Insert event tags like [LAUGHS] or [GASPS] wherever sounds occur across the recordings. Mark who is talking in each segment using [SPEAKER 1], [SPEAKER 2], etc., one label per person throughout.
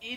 [SPEAKER 1] ¿Y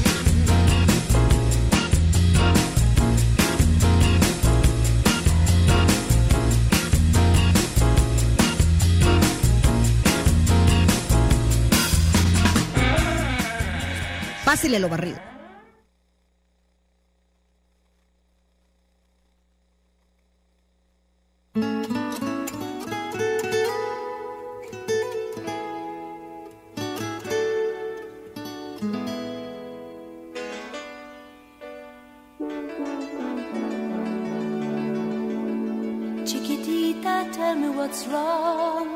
[SPEAKER 2] Pásele lo barrido.
[SPEAKER 3] Chiquitita, tell me what's wrong.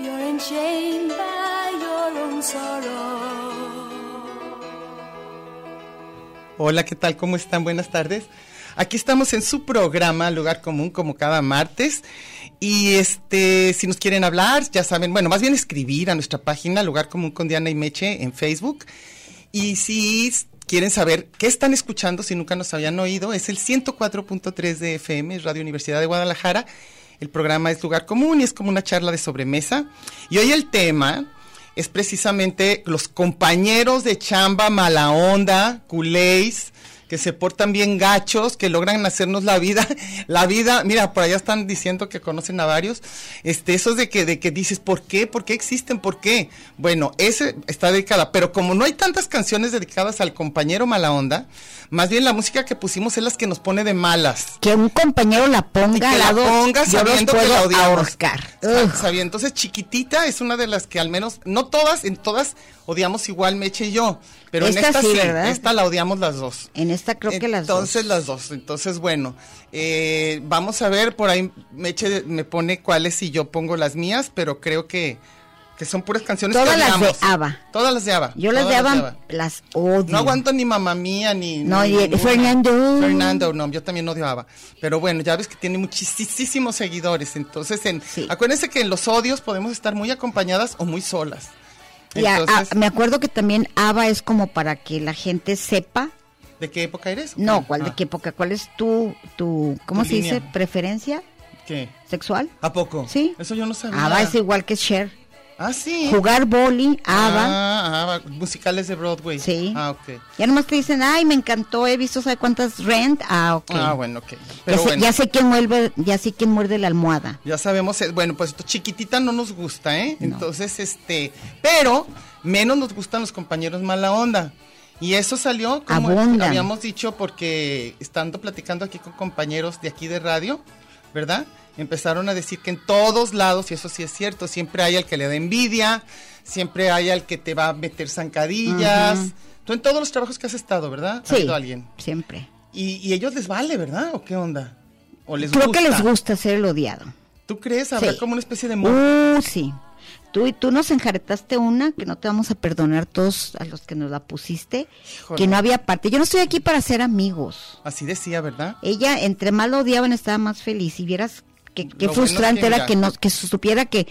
[SPEAKER 3] You're enchained by your own sorrow.
[SPEAKER 4] Hola, ¿qué tal? ¿Cómo están? Buenas tardes. Aquí estamos en su programa Lugar Común, como cada martes. Y este, si nos quieren hablar, ya saben, bueno, más bien escribir a nuestra página Lugar Común con Diana y Meche en Facebook. Y si s- quieren saber qué están escuchando, si nunca nos habían oído, es el 104.3 de FM, es Radio Universidad de Guadalajara. El programa es Lugar Común y es como una charla de sobremesa. Y hoy el tema es precisamente los compañeros de chamba mala onda, culéis, que se portan bien gachos, que logran hacernos la vida, [LAUGHS] la vida, mira, por allá están diciendo que conocen a varios, este, esos de que, de que dices, ¿por qué? ¿Por qué existen? ¿Por qué? Bueno, ese está dedicada, pero como no hay tantas canciones dedicadas al compañero mala onda, más bien la música que pusimos es las que nos pone de malas.
[SPEAKER 2] Que un compañero la
[SPEAKER 4] Y
[SPEAKER 2] ponga
[SPEAKER 4] que
[SPEAKER 2] al
[SPEAKER 4] la
[SPEAKER 2] lado,
[SPEAKER 4] ponga
[SPEAKER 2] yo los
[SPEAKER 4] sabiendo que
[SPEAKER 2] puedo
[SPEAKER 4] la odiamos.
[SPEAKER 2] ahorcar.
[SPEAKER 4] Sa-
[SPEAKER 2] Ugh.
[SPEAKER 4] sabiendo. Entonces, chiquitita es una de las que al menos, no todas, en todas odiamos igual Meche y yo, pero en
[SPEAKER 2] Esta
[SPEAKER 4] esta
[SPEAKER 2] sí,
[SPEAKER 4] sí,
[SPEAKER 2] ¿verdad?
[SPEAKER 4] esta la odiamos las dos.
[SPEAKER 2] En esta creo que las dos.
[SPEAKER 4] Entonces las dos. Entonces, bueno, eh, vamos a ver, por ahí Meche me pone cuáles y yo pongo las mías, pero creo que, que son puras canciones que
[SPEAKER 2] Todas las de
[SPEAKER 4] odiamos.
[SPEAKER 2] ABBA.
[SPEAKER 4] Todas las de ABBA.
[SPEAKER 2] Yo las
[SPEAKER 4] todas
[SPEAKER 2] de
[SPEAKER 4] de
[SPEAKER 2] Aban
[SPEAKER 4] ABBA.
[SPEAKER 2] las odio.
[SPEAKER 4] No aguanto ni mamá mía ni.
[SPEAKER 2] No,
[SPEAKER 4] ni
[SPEAKER 2] y el-
[SPEAKER 4] ninguna.
[SPEAKER 2] Fernando.
[SPEAKER 4] Fernando, no, yo también odio a ABBA. Pero bueno, ya ves que tiene muchísimos seguidores. Entonces, en,
[SPEAKER 2] Sí.
[SPEAKER 4] acuérdense que en los odios podemos estar muy acompañadas o muy solas.
[SPEAKER 2] Y a- a-
[SPEAKER 4] Entonces,
[SPEAKER 2] me acuerdo que también ABBA es como para que la gente sepa,
[SPEAKER 4] ¿de qué época eres?
[SPEAKER 2] no, cuál
[SPEAKER 4] Ah,
[SPEAKER 2] de qué época, cuál es tu, tu ¿cómo
[SPEAKER 4] Tu
[SPEAKER 2] se
[SPEAKER 4] línea.
[SPEAKER 2] dice? ¿Preferencia
[SPEAKER 4] ¿Qué?
[SPEAKER 2] sexual?
[SPEAKER 4] ¿A poco?
[SPEAKER 2] Sí. Ah,
[SPEAKER 4] Eso yo no sabía.
[SPEAKER 2] ABBA es igual que Cher.
[SPEAKER 4] Ah, sí.
[SPEAKER 2] Jugar boli, ABBA.
[SPEAKER 4] Ah, ABBA, musicales de Broadway.
[SPEAKER 2] Sí.
[SPEAKER 4] Ah, ok.
[SPEAKER 2] Ya nomás te dicen, ay, me encantó, he visto, ¿sabe cuántas Rent? Ah, ok.
[SPEAKER 4] Ah, bueno, ok.
[SPEAKER 2] ya,
[SPEAKER 4] Pero
[SPEAKER 2] sé,
[SPEAKER 4] bueno.
[SPEAKER 2] ya sé quién muerde, ya sé quién muerde la almohada.
[SPEAKER 4] Ya sabemos, eh, bueno, pues esto chiquitita no nos gusta, ¿eh?
[SPEAKER 2] No.
[SPEAKER 4] Entonces, este, pero menos nos gustan los compañeros mala onda. Y eso salió, como
[SPEAKER 2] Abundan.
[SPEAKER 4] habíamos dicho, porque estando platicando aquí con compañeros de aquí de radio, ¿verdad? Empezaron a decir que en todos lados, y eso sí es cierto, siempre hay al que le da envidia, siempre hay al que te va a meter zancadillas. Tú en todos los trabajos que has estado, ¿verdad? Ha
[SPEAKER 2] Sí,
[SPEAKER 4] habido alguien.
[SPEAKER 2] siempre.
[SPEAKER 4] Y, y ellos les vale, ¿verdad? ¿O qué onda? ¿O les
[SPEAKER 2] Creo
[SPEAKER 4] gusta?
[SPEAKER 2] que les gusta ser el odiado.
[SPEAKER 4] ¿Tú crees? Habrá
[SPEAKER 2] Sí.
[SPEAKER 4] como una especie de... mo-
[SPEAKER 2] Uh, sí. Tú y tú nos enjaretaste una que no te vamos a perdonar todos a los que nos la pusiste,
[SPEAKER 4] Híjole.
[SPEAKER 2] que no había parte. Yo no estoy aquí para ser amigos.
[SPEAKER 4] Así decía, ¿verdad?
[SPEAKER 2] Ella entre más la odiaban estaba más feliz y vieras que, qué
[SPEAKER 4] Lo bueno es
[SPEAKER 2] frustrante
[SPEAKER 4] que
[SPEAKER 2] era
[SPEAKER 4] mira.
[SPEAKER 2] que no que supiera que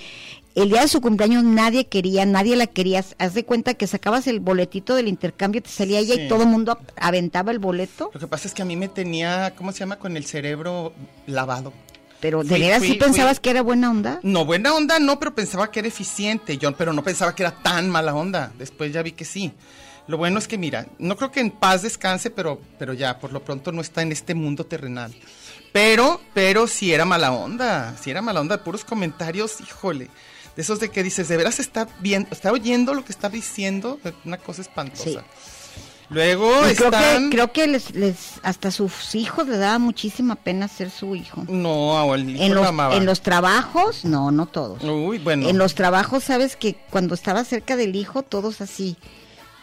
[SPEAKER 2] el día de su cumpleaños nadie quería, nadie la quería. Haz de cuenta que sacabas el boletito del intercambio, te salía ella y
[SPEAKER 4] Sí.
[SPEAKER 2] todo el mundo ap- aventaba el boleto,
[SPEAKER 4] Lo que pasa es que a mí me tenía, ¿cómo se llama? Con el cerebro lavado.
[SPEAKER 2] pero de
[SPEAKER 4] Fui,
[SPEAKER 2] veras
[SPEAKER 4] fui,
[SPEAKER 2] sí
[SPEAKER 4] fui.
[SPEAKER 2] pensabas que era buena onda.
[SPEAKER 4] No, buena onda no, pero pensaba que era eficiente, John, pero no pensaba que era tan mala onda. Después ya vi que sí. Lo bueno es que, mira, no creo que en paz descanse, pero, pero ya, por lo pronto no está en este mundo terrenal. Pero, pero sí era mala onda, sí era mala onda, puros comentarios, híjole. De esos de que dices, de veras está bien, está oyendo lo que está diciendo, una cosa espantosa.
[SPEAKER 2] Sí.
[SPEAKER 4] Luego
[SPEAKER 2] Y creo que,
[SPEAKER 4] están...
[SPEAKER 2] creo que les, les- hasta sus hijos le daba muchísima pena ser su hijo.
[SPEAKER 4] No, o el hijo
[SPEAKER 2] En
[SPEAKER 4] lo
[SPEAKER 2] los,
[SPEAKER 4] amaba.
[SPEAKER 2] en los trabajos, no, no todos.
[SPEAKER 4] Uy, bueno.
[SPEAKER 2] En los trabajos, sabes que cuando estaba cerca del hijo, todos así.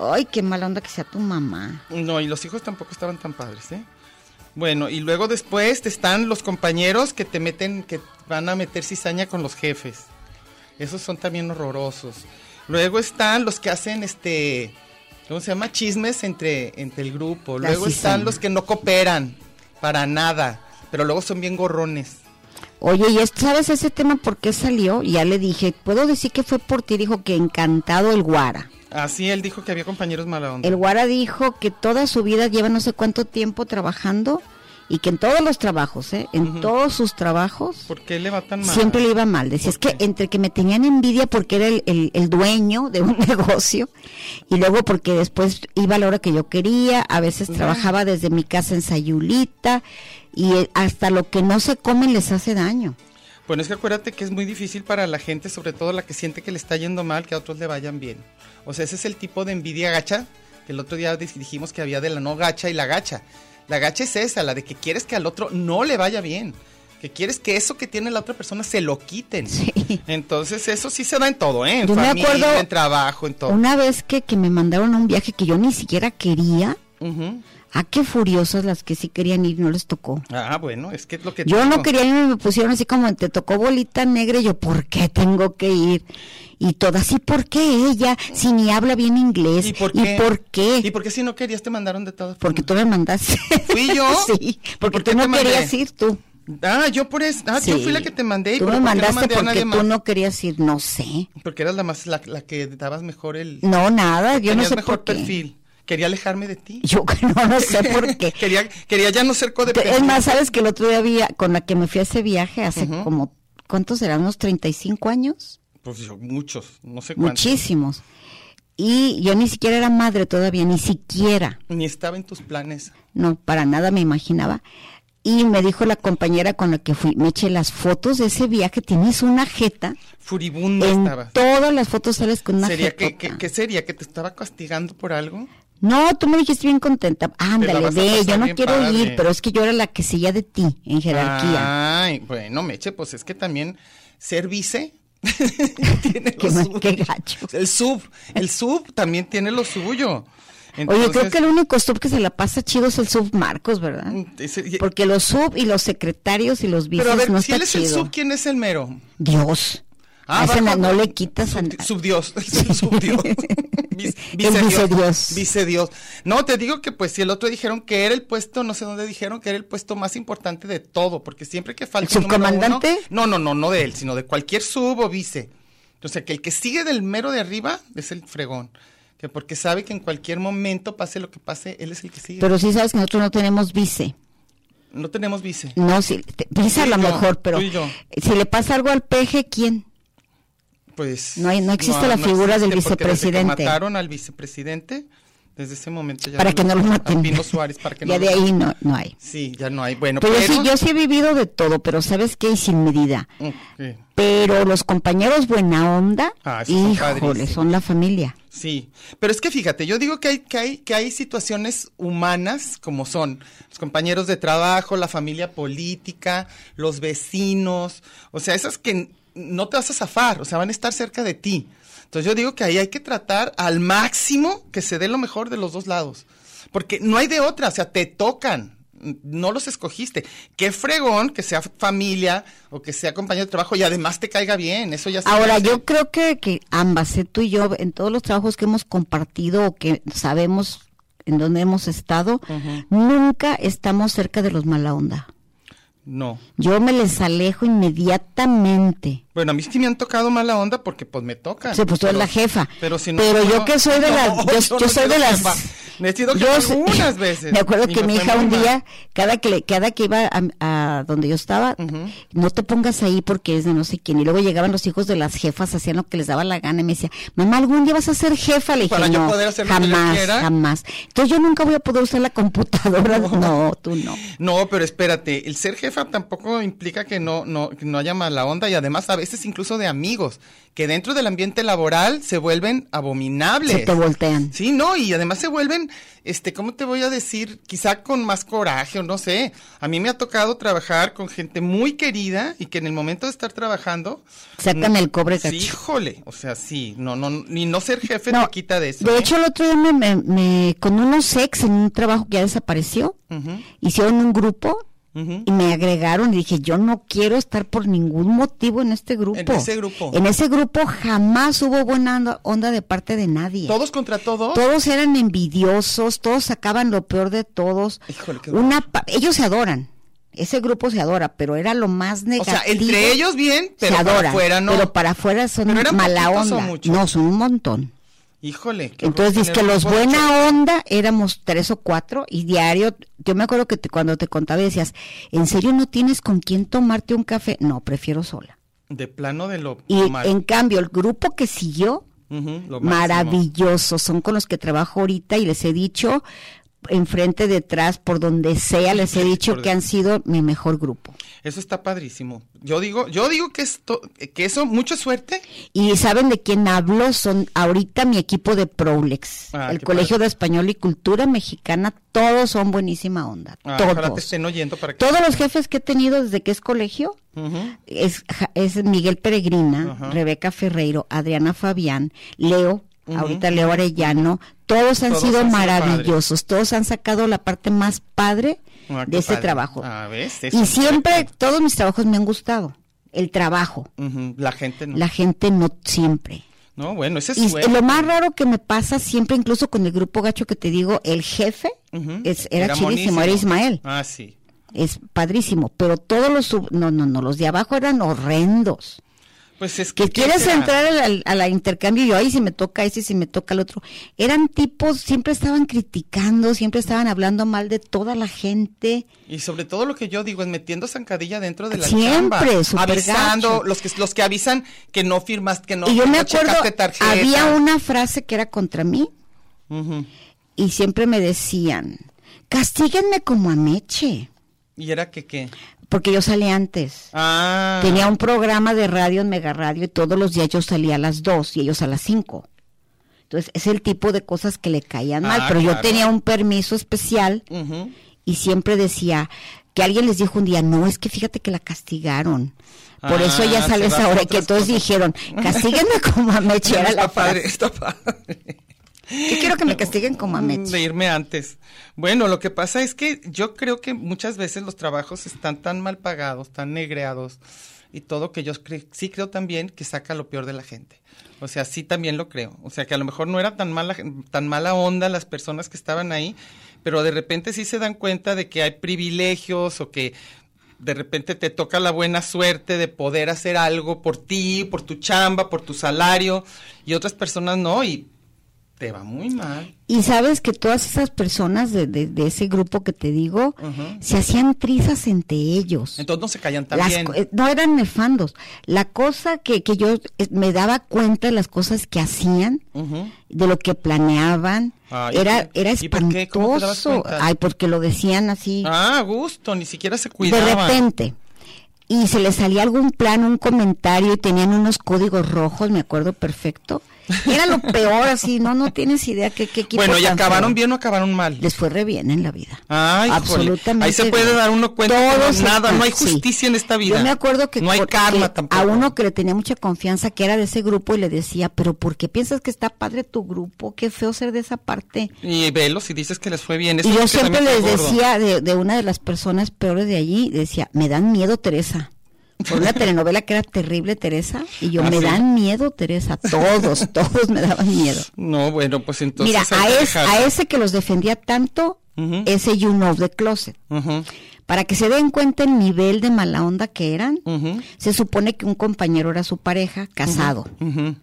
[SPEAKER 2] Ay, qué mala onda que sea tu mamá.
[SPEAKER 4] No, y los hijos tampoco estaban tan padres, ¿eh? Bueno, y luego después te están los compañeros que te meten, que van a meter cizaña con los jefes. Esos son también horrorosos. Luego están los que hacen este, ¿cómo se llama? Chismes entre, entre el grupo.
[SPEAKER 2] La
[SPEAKER 4] Luego
[SPEAKER 2] cizaña.
[SPEAKER 4] están los que no cooperan para nada, pero luego son bien gorrones.
[SPEAKER 2] Oye, ¿y es- sabes ese tema por qué salió? Ya le dije, puedo decir que fue por ti, dijo que encantado el Guara.
[SPEAKER 4] Así él dijo que había compañeros mala onda.
[SPEAKER 2] El Guara dijo que toda su vida lleva no sé cuánto tiempo trabajando y que en todos los trabajos, ¿eh? en todos sus trabajos,
[SPEAKER 4] ¿Por qué le va tan mal?
[SPEAKER 2] siempre le iba mal. Decía, es
[SPEAKER 4] ¿Por
[SPEAKER 2] que
[SPEAKER 4] qué?
[SPEAKER 2] entre que me tenían envidia porque era el, el- el dueño de un [LAUGHS] negocio y luego porque después iba a la hora que yo quería, a veces trabajaba desde mi casa en Sayulita y eh, hasta lo que no se comen les hace daño.
[SPEAKER 4] Bueno, es que acuérdate que es muy difícil para la gente, sobre todo la que siente que le está yendo mal, que a otros le vayan bien. O sea, ese es el tipo de envidia gacha, que el otro día dij- dijimos que había de la no gacha y la gacha. La gacha es esa, la de que quieres que al otro no le vaya bien, que quieres que eso que tiene la otra persona se lo quiten. Entonces, eso sí se da en todo, ¿eh? En
[SPEAKER 2] Yo me
[SPEAKER 4] familia,
[SPEAKER 2] acuerdo
[SPEAKER 4] en trabajo, en todo.
[SPEAKER 2] Una vez que, que me mandaron a un viaje que yo ni siquiera quería,
[SPEAKER 4] Ujú.
[SPEAKER 2] ¿a qué furiosas las que sí querían ir no les tocó?
[SPEAKER 4] Ah, bueno, es que es lo que...
[SPEAKER 2] Yo
[SPEAKER 4] te
[SPEAKER 2] no
[SPEAKER 4] digo.
[SPEAKER 2] quería ir, me pusieron así como, te tocó bolita negra, y yo, ¿por qué tengo que ir? Y todas, ¿y por qué ella? Si ni habla bien inglés.
[SPEAKER 4] ¿Y por qué?
[SPEAKER 2] ¿Y por qué?
[SPEAKER 4] ¿Y por qué si no querías te mandaron de todas
[SPEAKER 2] Porque
[SPEAKER 4] formas?
[SPEAKER 2] tú me mandaste.
[SPEAKER 4] ¿Fui yo?
[SPEAKER 2] [LAUGHS] sí,
[SPEAKER 4] ¿Y
[SPEAKER 2] porque
[SPEAKER 4] por qué
[SPEAKER 2] tú no
[SPEAKER 4] te mandé?
[SPEAKER 2] querías ir tú.
[SPEAKER 4] Ah, yo por eso. Ah, yo
[SPEAKER 2] Sí.
[SPEAKER 4] fui la que te mandé. ¿y
[SPEAKER 2] Tú
[SPEAKER 4] por
[SPEAKER 2] me
[SPEAKER 4] qué no
[SPEAKER 2] mandaste
[SPEAKER 4] mandé a nadie
[SPEAKER 2] porque
[SPEAKER 4] más?
[SPEAKER 2] tú no querías ir, no sé.
[SPEAKER 4] Porque eras la más la, la que dabas mejor el
[SPEAKER 2] No, nada, yo no
[SPEAKER 4] tenías
[SPEAKER 2] sé
[SPEAKER 4] mejor
[SPEAKER 2] por qué.
[SPEAKER 4] perfil. Quería alejarme de ti.
[SPEAKER 2] Yo [LAUGHS] no, no sé por qué.
[SPEAKER 4] [LAUGHS] quería quería ya no ser codependiente.
[SPEAKER 2] Es más, sabes que el otro día había, con la que me fui a ese viaje hace como, ¿cuántos serán? ¿Unos 35 años?
[SPEAKER 4] Pues yo, muchos, no sé cuántos.
[SPEAKER 2] Muchísimos. Y yo ni siquiera era madre todavía, ni siquiera.
[SPEAKER 4] Ni estaba en tus planes.
[SPEAKER 2] No, para nada me imaginaba. Y me dijo la compañera con la que fui, me eché las fotos de ese viaje, tienes una jeta.
[SPEAKER 4] Furibundo
[SPEAKER 2] En
[SPEAKER 4] estabas.
[SPEAKER 2] todas las fotos sales con una
[SPEAKER 4] ¿Sería que,
[SPEAKER 2] jetota.
[SPEAKER 4] que- que sería? ¿Que te estaba castigando por algo?
[SPEAKER 2] No, tú me dijiste bien contenta. Ándale,
[SPEAKER 4] vas a
[SPEAKER 2] ve, yo
[SPEAKER 4] pasar
[SPEAKER 2] no
[SPEAKER 4] bien
[SPEAKER 2] quiero
[SPEAKER 4] padre. Ah.
[SPEAKER 2] ir, pero es que yo era la que seguía de ti en jerarquía.
[SPEAKER 4] Ay, bueno, Meche, pues es que también ser
[SPEAKER 2] [LAUGHS]
[SPEAKER 4] vice tiene
[SPEAKER 2] Qué
[SPEAKER 4] lo
[SPEAKER 2] ma-
[SPEAKER 4] suyo.
[SPEAKER 2] qué gacho.
[SPEAKER 4] El sub, el sub también tiene lo suyo.
[SPEAKER 2] Oye, creo
[SPEAKER 4] Entonces,
[SPEAKER 2] que el único sub que se la pasa chido es el sub Marcos, ¿verdad?
[SPEAKER 4] ese-
[SPEAKER 2] Porque los sub y los secretarios y los vices
[SPEAKER 4] Mm, Pero a ver,
[SPEAKER 2] no
[SPEAKER 4] si
[SPEAKER 2] está
[SPEAKER 4] él es el
[SPEAKER 2] chido.
[SPEAKER 4] sub, ¿quién es el mero?
[SPEAKER 2] Dios. A ese
[SPEAKER 4] bajo-
[SPEAKER 2] na- no le quitas a
[SPEAKER 4] Sub-
[SPEAKER 2] na-
[SPEAKER 4] Subdios, [LAUGHS] es
[SPEAKER 2] [LAUGHS]
[SPEAKER 4] el subdios. Vice-
[SPEAKER 2] El
[SPEAKER 4] vicedios,
[SPEAKER 2] vicedios.
[SPEAKER 4] vicedios. No, te digo que pues si el otro dijeron que era el puesto, no sé dónde dijeron que era el puesto más importante de todo, porque siempre que falta
[SPEAKER 2] ¿El
[SPEAKER 4] el número
[SPEAKER 2] subcomandante?
[SPEAKER 4] uno- no, no, no, no de él, sino de cualquier sub o vice. O sea, que el que sigue del mero de arriba es el fregón. Que porque sabe que en cualquier momento, pase lo que pase, él es el que sigue.
[SPEAKER 2] Pero sí sabes que nosotros no tenemos vice.
[SPEAKER 4] no tenemos vice.
[SPEAKER 2] No, sí, te- vice a
[SPEAKER 4] Tú y
[SPEAKER 2] lo
[SPEAKER 4] yo,
[SPEAKER 2] mejor, pero
[SPEAKER 4] tú y yo.
[SPEAKER 2] si le pasa algo al peje, ¿quién?
[SPEAKER 4] Pues
[SPEAKER 2] No hay- no existe la figura del
[SPEAKER 4] porque desde que
[SPEAKER 2] vicepresidente.
[SPEAKER 4] mataron al vicepresidente desde ese momento ya
[SPEAKER 2] para que no lo maten.
[SPEAKER 4] a Pino Suárez para que
[SPEAKER 2] ya
[SPEAKER 4] no
[SPEAKER 2] de
[SPEAKER 4] lo-
[SPEAKER 2] ahí no, no hay.
[SPEAKER 4] Sí, ya no hay. Bueno,
[SPEAKER 2] Pero,
[SPEAKER 4] pero,
[SPEAKER 2] yo, sí, yo sí he vivido de todo, pero ¿sabes qué? Y sin medida.
[SPEAKER 4] Ok,
[SPEAKER 2] Pero los compañeros buena onda,
[SPEAKER 4] Ah, esos son
[SPEAKER 2] híjole,
[SPEAKER 4] padrísimos.
[SPEAKER 2] son la familia.
[SPEAKER 4] Sí, pero es que fíjate, yo digo que hay que hay que hay situaciones humanas como son los compañeros de trabajo, la familia política, los vecinos, o sea, esas que n- no te vas a zafar, o sea, van a estar cerca de ti. Entonces yo digo que ahí hay que tratar al máximo que se dé lo mejor de los dos lados, porque no hay de otra, o sea, te tocan. n- No los escogiste. Qué fregón que sea familia o que sea compañero de trabajo y además te caiga bien. Eso ya se
[SPEAKER 2] Ahora,
[SPEAKER 4] hace.
[SPEAKER 2] yo creo que, que ambas, eh, tú y yo, en todos los trabajos que hemos compartido o que sabemos en dónde hemos estado, nunca estamos cerca de los mala onda.
[SPEAKER 4] No.
[SPEAKER 2] Yo me les alejo inmediatamente.
[SPEAKER 4] Bueno, a mí sí me han tocado mala onda porque pues me toca.
[SPEAKER 2] Sí, pues tú eres
[SPEAKER 4] Pero-
[SPEAKER 2] la jefa.
[SPEAKER 4] Pero, si no, pues,
[SPEAKER 2] Pero
[SPEAKER 4] no,
[SPEAKER 2] yo que soy de
[SPEAKER 4] [LAUGHS] no,
[SPEAKER 2] las- yo- yo
[SPEAKER 4] no
[SPEAKER 2] soy de
[SPEAKER 4] quiero
[SPEAKER 2] las-
[SPEAKER 4] jefa. Me sido
[SPEAKER 2] Yo sé- [LAUGHS]
[SPEAKER 4] algunas veces.
[SPEAKER 2] Me acuerdo que
[SPEAKER 4] Y
[SPEAKER 2] mi
[SPEAKER 4] fue
[SPEAKER 2] hija
[SPEAKER 4] muy
[SPEAKER 2] un
[SPEAKER 4] mal.
[SPEAKER 2] día, cada que, le- cada que iba a, a donde yo estaba, no te pongas ahí porque es de no sé quién. Y luego llegaban los hijos de las jefas, hacían lo que les daba la gana y me decía, mamá, algún día vas a ser jefa. Le dije,
[SPEAKER 4] Para yo
[SPEAKER 2] no,
[SPEAKER 4] poder hacer lo que yo
[SPEAKER 2] jamás,
[SPEAKER 4] quiera".
[SPEAKER 2] jamás. Entonces yo nunca voy a poder usar la
[SPEAKER 4] [LAUGHS]
[SPEAKER 2] computadora. No, tú no.
[SPEAKER 4] No, pero espérate, el ser jefa tampoco implica que no, no, que no haya mala onda y además a veces incluso de amigos, que dentro del ambiente laboral se vuelven abominables.
[SPEAKER 2] Se te voltean.
[SPEAKER 4] Sí, no, y además se vuelven trabajan, este, ¿cómo te voy a decir? Quizá con más coraje o no sé. A mí me ha tocado trabajar con gente muy querida y que en el momento de estar trabajando...
[SPEAKER 2] Sácame el cobre,
[SPEAKER 4] Sí,
[SPEAKER 2] gacho.
[SPEAKER 4] híjole, o sea, sí, no, no, ni no ser jefe
[SPEAKER 2] No,
[SPEAKER 4] te quita de eso.
[SPEAKER 2] De
[SPEAKER 4] ¿eh?
[SPEAKER 2] hecho, el otro día me, me- me- con unos ex en un trabajo que ya desapareció,
[SPEAKER 4] Ujú,
[SPEAKER 2] hicieron un grupo
[SPEAKER 4] ujú.
[SPEAKER 2] y me agregaron y dije, yo no quiero estar por ningún motivo en este grupo.
[SPEAKER 4] ese grupo.
[SPEAKER 2] En ese grupo jamás hubo buena onda- onda de parte de nadie.
[SPEAKER 4] Todos contra todos.
[SPEAKER 2] Todos eran envidiosos, todos sacaban lo peor de todos.
[SPEAKER 4] Híjole, qué
[SPEAKER 2] Una pa- ellos se adoran. Ese grupo se adora, pero era lo más
[SPEAKER 4] o
[SPEAKER 2] negativo.
[SPEAKER 4] sea, entre ellos bien,
[SPEAKER 2] se
[SPEAKER 4] pero para
[SPEAKER 2] adoran,
[SPEAKER 4] afuera no.
[SPEAKER 2] pero para afuera son
[SPEAKER 4] ¿Pero eran
[SPEAKER 2] mala
[SPEAKER 4] poquitos o
[SPEAKER 2] onda.
[SPEAKER 4] muchos?
[SPEAKER 2] No, son un montón.
[SPEAKER 4] Híjole. qué horror
[SPEAKER 2] Entonces, dice
[SPEAKER 4] tener
[SPEAKER 2] que los
[SPEAKER 4] grupo de ocho.
[SPEAKER 2] buena onda éramos tres o cuatro y diario, yo me acuerdo que te- cuando te contaba decías, ¿en serio no tienes con quién tomarte un café? No, prefiero sola.
[SPEAKER 4] De plano de lo
[SPEAKER 2] Y
[SPEAKER 4] mal.
[SPEAKER 2] en cambio, el grupo que siguió,
[SPEAKER 4] Ujú, lo máximo.
[SPEAKER 2] maravilloso, son con los que trabajo ahorita y les he dicho, enfrente, detrás, por donde sea, les he dicho
[SPEAKER 4] Por
[SPEAKER 2] que han sido mi mejor grupo.
[SPEAKER 4] Eso está padrísimo. Yo digo, yo digo que esto, que eso, mucha suerte.
[SPEAKER 2] Y saben de quién hablo, son ahorita mi equipo de Prolex,
[SPEAKER 4] Ah,
[SPEAKER 2] el
[SPEAKER 4] qué
[SPEAKER 2] Colegio de Español y Cultura Mexicana, todos son buenísima onda,
[SPEAKER 4] Ah, Ojalá te
[SPEAKER 2] todos.
[SPEAKER 4] estén oyendo para que.
[SPEAKER 2] Todos los jefes que he tenido desde que es colegio
[SPEAKER 4] Ujú.
[SPEAKER 2] es, ja- es Miguel Peregrina,
[SPEAKER 4] Ajá.
[SPEAKER 2] Rebeca Ferreiro, Adriana Fabián, Leo,
[SPEAKER 4] Ujú.
[SPEAKER 2] ahorita Leo Arellano, todos han
[SPEAKER 4] Todos
[SPEAKER 2] sido
[SPEAKER 4] han sido
[SPEAKER 2] maravillosos, todos han sacado la parte más padre
[SPEAKER 4] Ah, qué
[SPEAKER 2] de ese
[SPEAKER 4] padre.
[SPEAKER 2] trabajo.
[SPEAKER 4] Ah, ¿ves? Eso
[SPEAKER 2] Y
[SPEAKER 4] es
[SPEAKER 2] siempre
[SPEAKER 4] correcto.
[SPEAKER 2] todos mis trabajos me han gustado, el trabajo,
[SPEAKER 4] Ujú, La gente no.
[SPEAKER 2] la gente no siempre.
[SPEAKER 4] No, bueno, ese es
[SPEAKER 2] Y
[SPEAKER 4] suerte.
[SPEAKER 2] lo más raro que me pasa siempre, incluso con el grupo gacho que te digo, el jefe
[SPEAKER 4] Ujú.
[SPEAKER 2] es- era, chidísimo,
[SPEAKER 4] monísimo.
[SPEAKER 2] era Ismael.
[SPEAKER 4] Ah, sí.
[SPEAKER 2] Es padrísimo, pero todos los sub- no, no, no, los de abajo eran horrendos.
[SPEAKER 4] Pues es que.
[SPEAKER 2] Que
[SPEAKER 4] ¿qué
[SPEAKER 2] quieres
[SPEAKER 4] será?
[SPEAKER 2] entrar al, al- al intercambio y yo, ay, si me toca ese, si me toca el otro. Eran tipos, siempre estaban criticando, siempre estaban hablando mal de toda la gente.
[SPEAKER 4] Y sobre todo lo que yo digo es metiendo zancadilla dentro de la
[SPEAKER 2] Siempre,
[SPEAKER 4] chamba.
[SPEAKER 2] súper
[SPEAKER 4] avisando
[SPEAKER 2] gacho.
[SPEAKER 4] los que los que avisan que no firmaste, que no,
[SPEAKER 2] y yo
[SPEAKER 4] que
[SPEAKER 2] me
[SPEAKER 4] no
[SPEAKER 2] acuerdo,
[SPEAKER 4] checaste tarjeta.
[SPEAKER 2] había una frase que era contra mí
[SPEAKER 4] Ujú.
[SPEAKER 2] y siempre me decían, castíguenme como a Meche,
[SPEAKER 4] Y era que qué.
[SPEAKER 2] porque yo salí antes.
[SPEAKER 4] Ah.
[SPEAKER 2] Tenía un programa de radio en Mega Radio y todos los días yo salía a las 2 y ellos a las 5. Entonces, es el tipo de cosas que le caían mal,
[SPEAKER 4] Ah,
[SPEAKER 2] pero yo
[SPEAKER 4] claro.
[SPEAKER 2] tenía un permiso especial
[SPEAKER 4] Ujú.
[SPEAKER 2] y siempre decía que alguien les dijo un día, no, es que fíjate que la castigaron. Por
[SPEAKER 4] Ah,
[SPEAKER 2] eso ella
[SPEAKER 4] se
[SPEAKER 2] sale
[SPEAKER 4] va por
[SPEAKER 2] esa hora, que
[SPEAKER 4] otras
[SPEAKER 2] entonces
[SPEAKER 4] cosas.
[SPEAKER 2] dijeron, castíguenme
[SPEAKER 4] [LAUGHS]
[SPEAKER 2] como a Meche, era
[SPEAKER 4] está
[SPEAKER 2] la
[SPEAKER 4] padre,
[SPEAKER 2] frase.
[SPEAKER 4] está padre.
[SPEAKER 2] Yo quiero que me castiguen como a
[SPEAKER 4] mm, De
[SPEAKER 2] Meche.
[SPEAKER 4] irme antes. Bueno, lo que pasa es que yo creo que muchas veces los trabajos están tan mal pagados, tan negreados y todo que yo cre- sí creo también que saca lo peor de la gente. O sea, sí también lo creo. O sea, que a lo mejor no era tan mala, gen- tan mala onda las personas que estaban ahí, pero de repente sí se dan cuenta de que hay privilegios o que de repente te toca la buena suerte de poder hacer algo por ti, por tu chamba, por tu salario y otras personas no y te va muy mal.
[SPEAKER 2] Y sabes que todas esas personas de, de- de ese grupo que te digo
[SPEAKER 4] Ujú.
[SPEAKER 2] se hacían trizas entre ellos.
[SPEAKER 4] Entonces no se callan tan
[SPEAKER 2] Las
[SPEAKER 4] bien.
[SPEAKER 2] co- eh, no eran nefandos. La cosa que, que yo eh, me daba cuenta de las cosas que hacían,
[SPEAKER 4] Ujú.
[SPEAKER 2] de lo que planeaban,
[SPEAKER 4] Ah, ¿y
[SPEAKER 2] era,
[SPEAKER 4] qué-
[SPEAKER 2] era
[SPEAKER 4] y por qué? ¿Cómo te dabas
[SPEAKER 2] espantoso.
[SPEAKER 4] cuenta?
[SPEAKER 2] Ay, porque lo decían así
[SPEAKER 4] Ah, a gusto, ni siquiera se
[SPEAKER 2] de
[SPEAKER 4] cuidaban.
[SPEAKER 2] repente. Y se les salía algún plan, un comentario, y tenían unos códigos rojos, me acuerdo perfecto. Era lo peor, así, no, no tienes idea qué, qué equipo
[SPEAKER 4] bueno, ¿y
[SPEAKER 2] tan
[SPEAKER 4] acabaron
[SPEAKER 2] feo.
[SPEAKER 4] bien o acabaron mal?
[SPEAKER 2] Les fue re bien en la vida.
[SPEAKER 4] Ay, híjole.
[SPEAKER 2] absolutamente.
[SPEAKER 4] Ahí se
[SPEAKER 2] bien.
[SPEAKER 4] puede dar uno cuenta que no,
[SPEAKER 2] se-
[SPEAKER 4] nada, no hay
[SPEAKER 2] sí.
[SPEAKER 4] justicia en esta vida.
[SPEAKER 2] Yo me acuerdo que
[SPEAKER 4] No hay
[SPEAKER 2] por-
[SPEAKER 4] karma
[SPEAKER 2] que
[SPEAKER 4] tampoco.
[SPEAKER 2] A uno que le tenía mucha confianza, que era de ese grupo, y le decía, pero ¿por qué piensas que está padre tu grupo? Qué feo ser de esa parte.
[SPEAKER 4] Y velos y dices que les fue bien. Eso
[SPEAKER 2] Y
[SPEAKER 4] es
[SPEAKER 2] yo
[SPEAKER 4] que
[SPEAKER 2] siempre
[SPEAKER 4] también
[SPEAKER 2] les
[SPEAKER 4] está gordo.
[SPEAKER 2] decía de, de una de las personas peores de allí, decía, me dan miedo Teresa. Por una telenovela que era terrible Teresa, y yo,
[SPEAKER 4] Ah,
[SPEAKER 2] me
[SPEAKER 4] sí.
[SPEAKER 2] dan miedo Teresa, todos, [LAUGHS] todos me daban miedo.
[SPEAKER 4] No, bueno, pues entonces.
[SPEAKER 2] Mira,
[SPEAKER 4] hay
[SPEAKER 2] a,
[SPEAKER 4] que
[SPEAKER 2] es-
[SPEAKER 4] dejarlo.
[SPEAKER 2] a ese que los defendía tanto,
[SPEAKER 4] Ujú.
[SPEAKER 2] ese You Know the Closet.
[SPEAKER 4] Ujú,
[SPEAKER 2] Para que se den cuenta el nivel de mala onda que eran,
[SPEAKER 4] ujú,
[SPEAKER 2] se supone que un compañero era su pareja, casado.
[SPEAKER 4] ujú.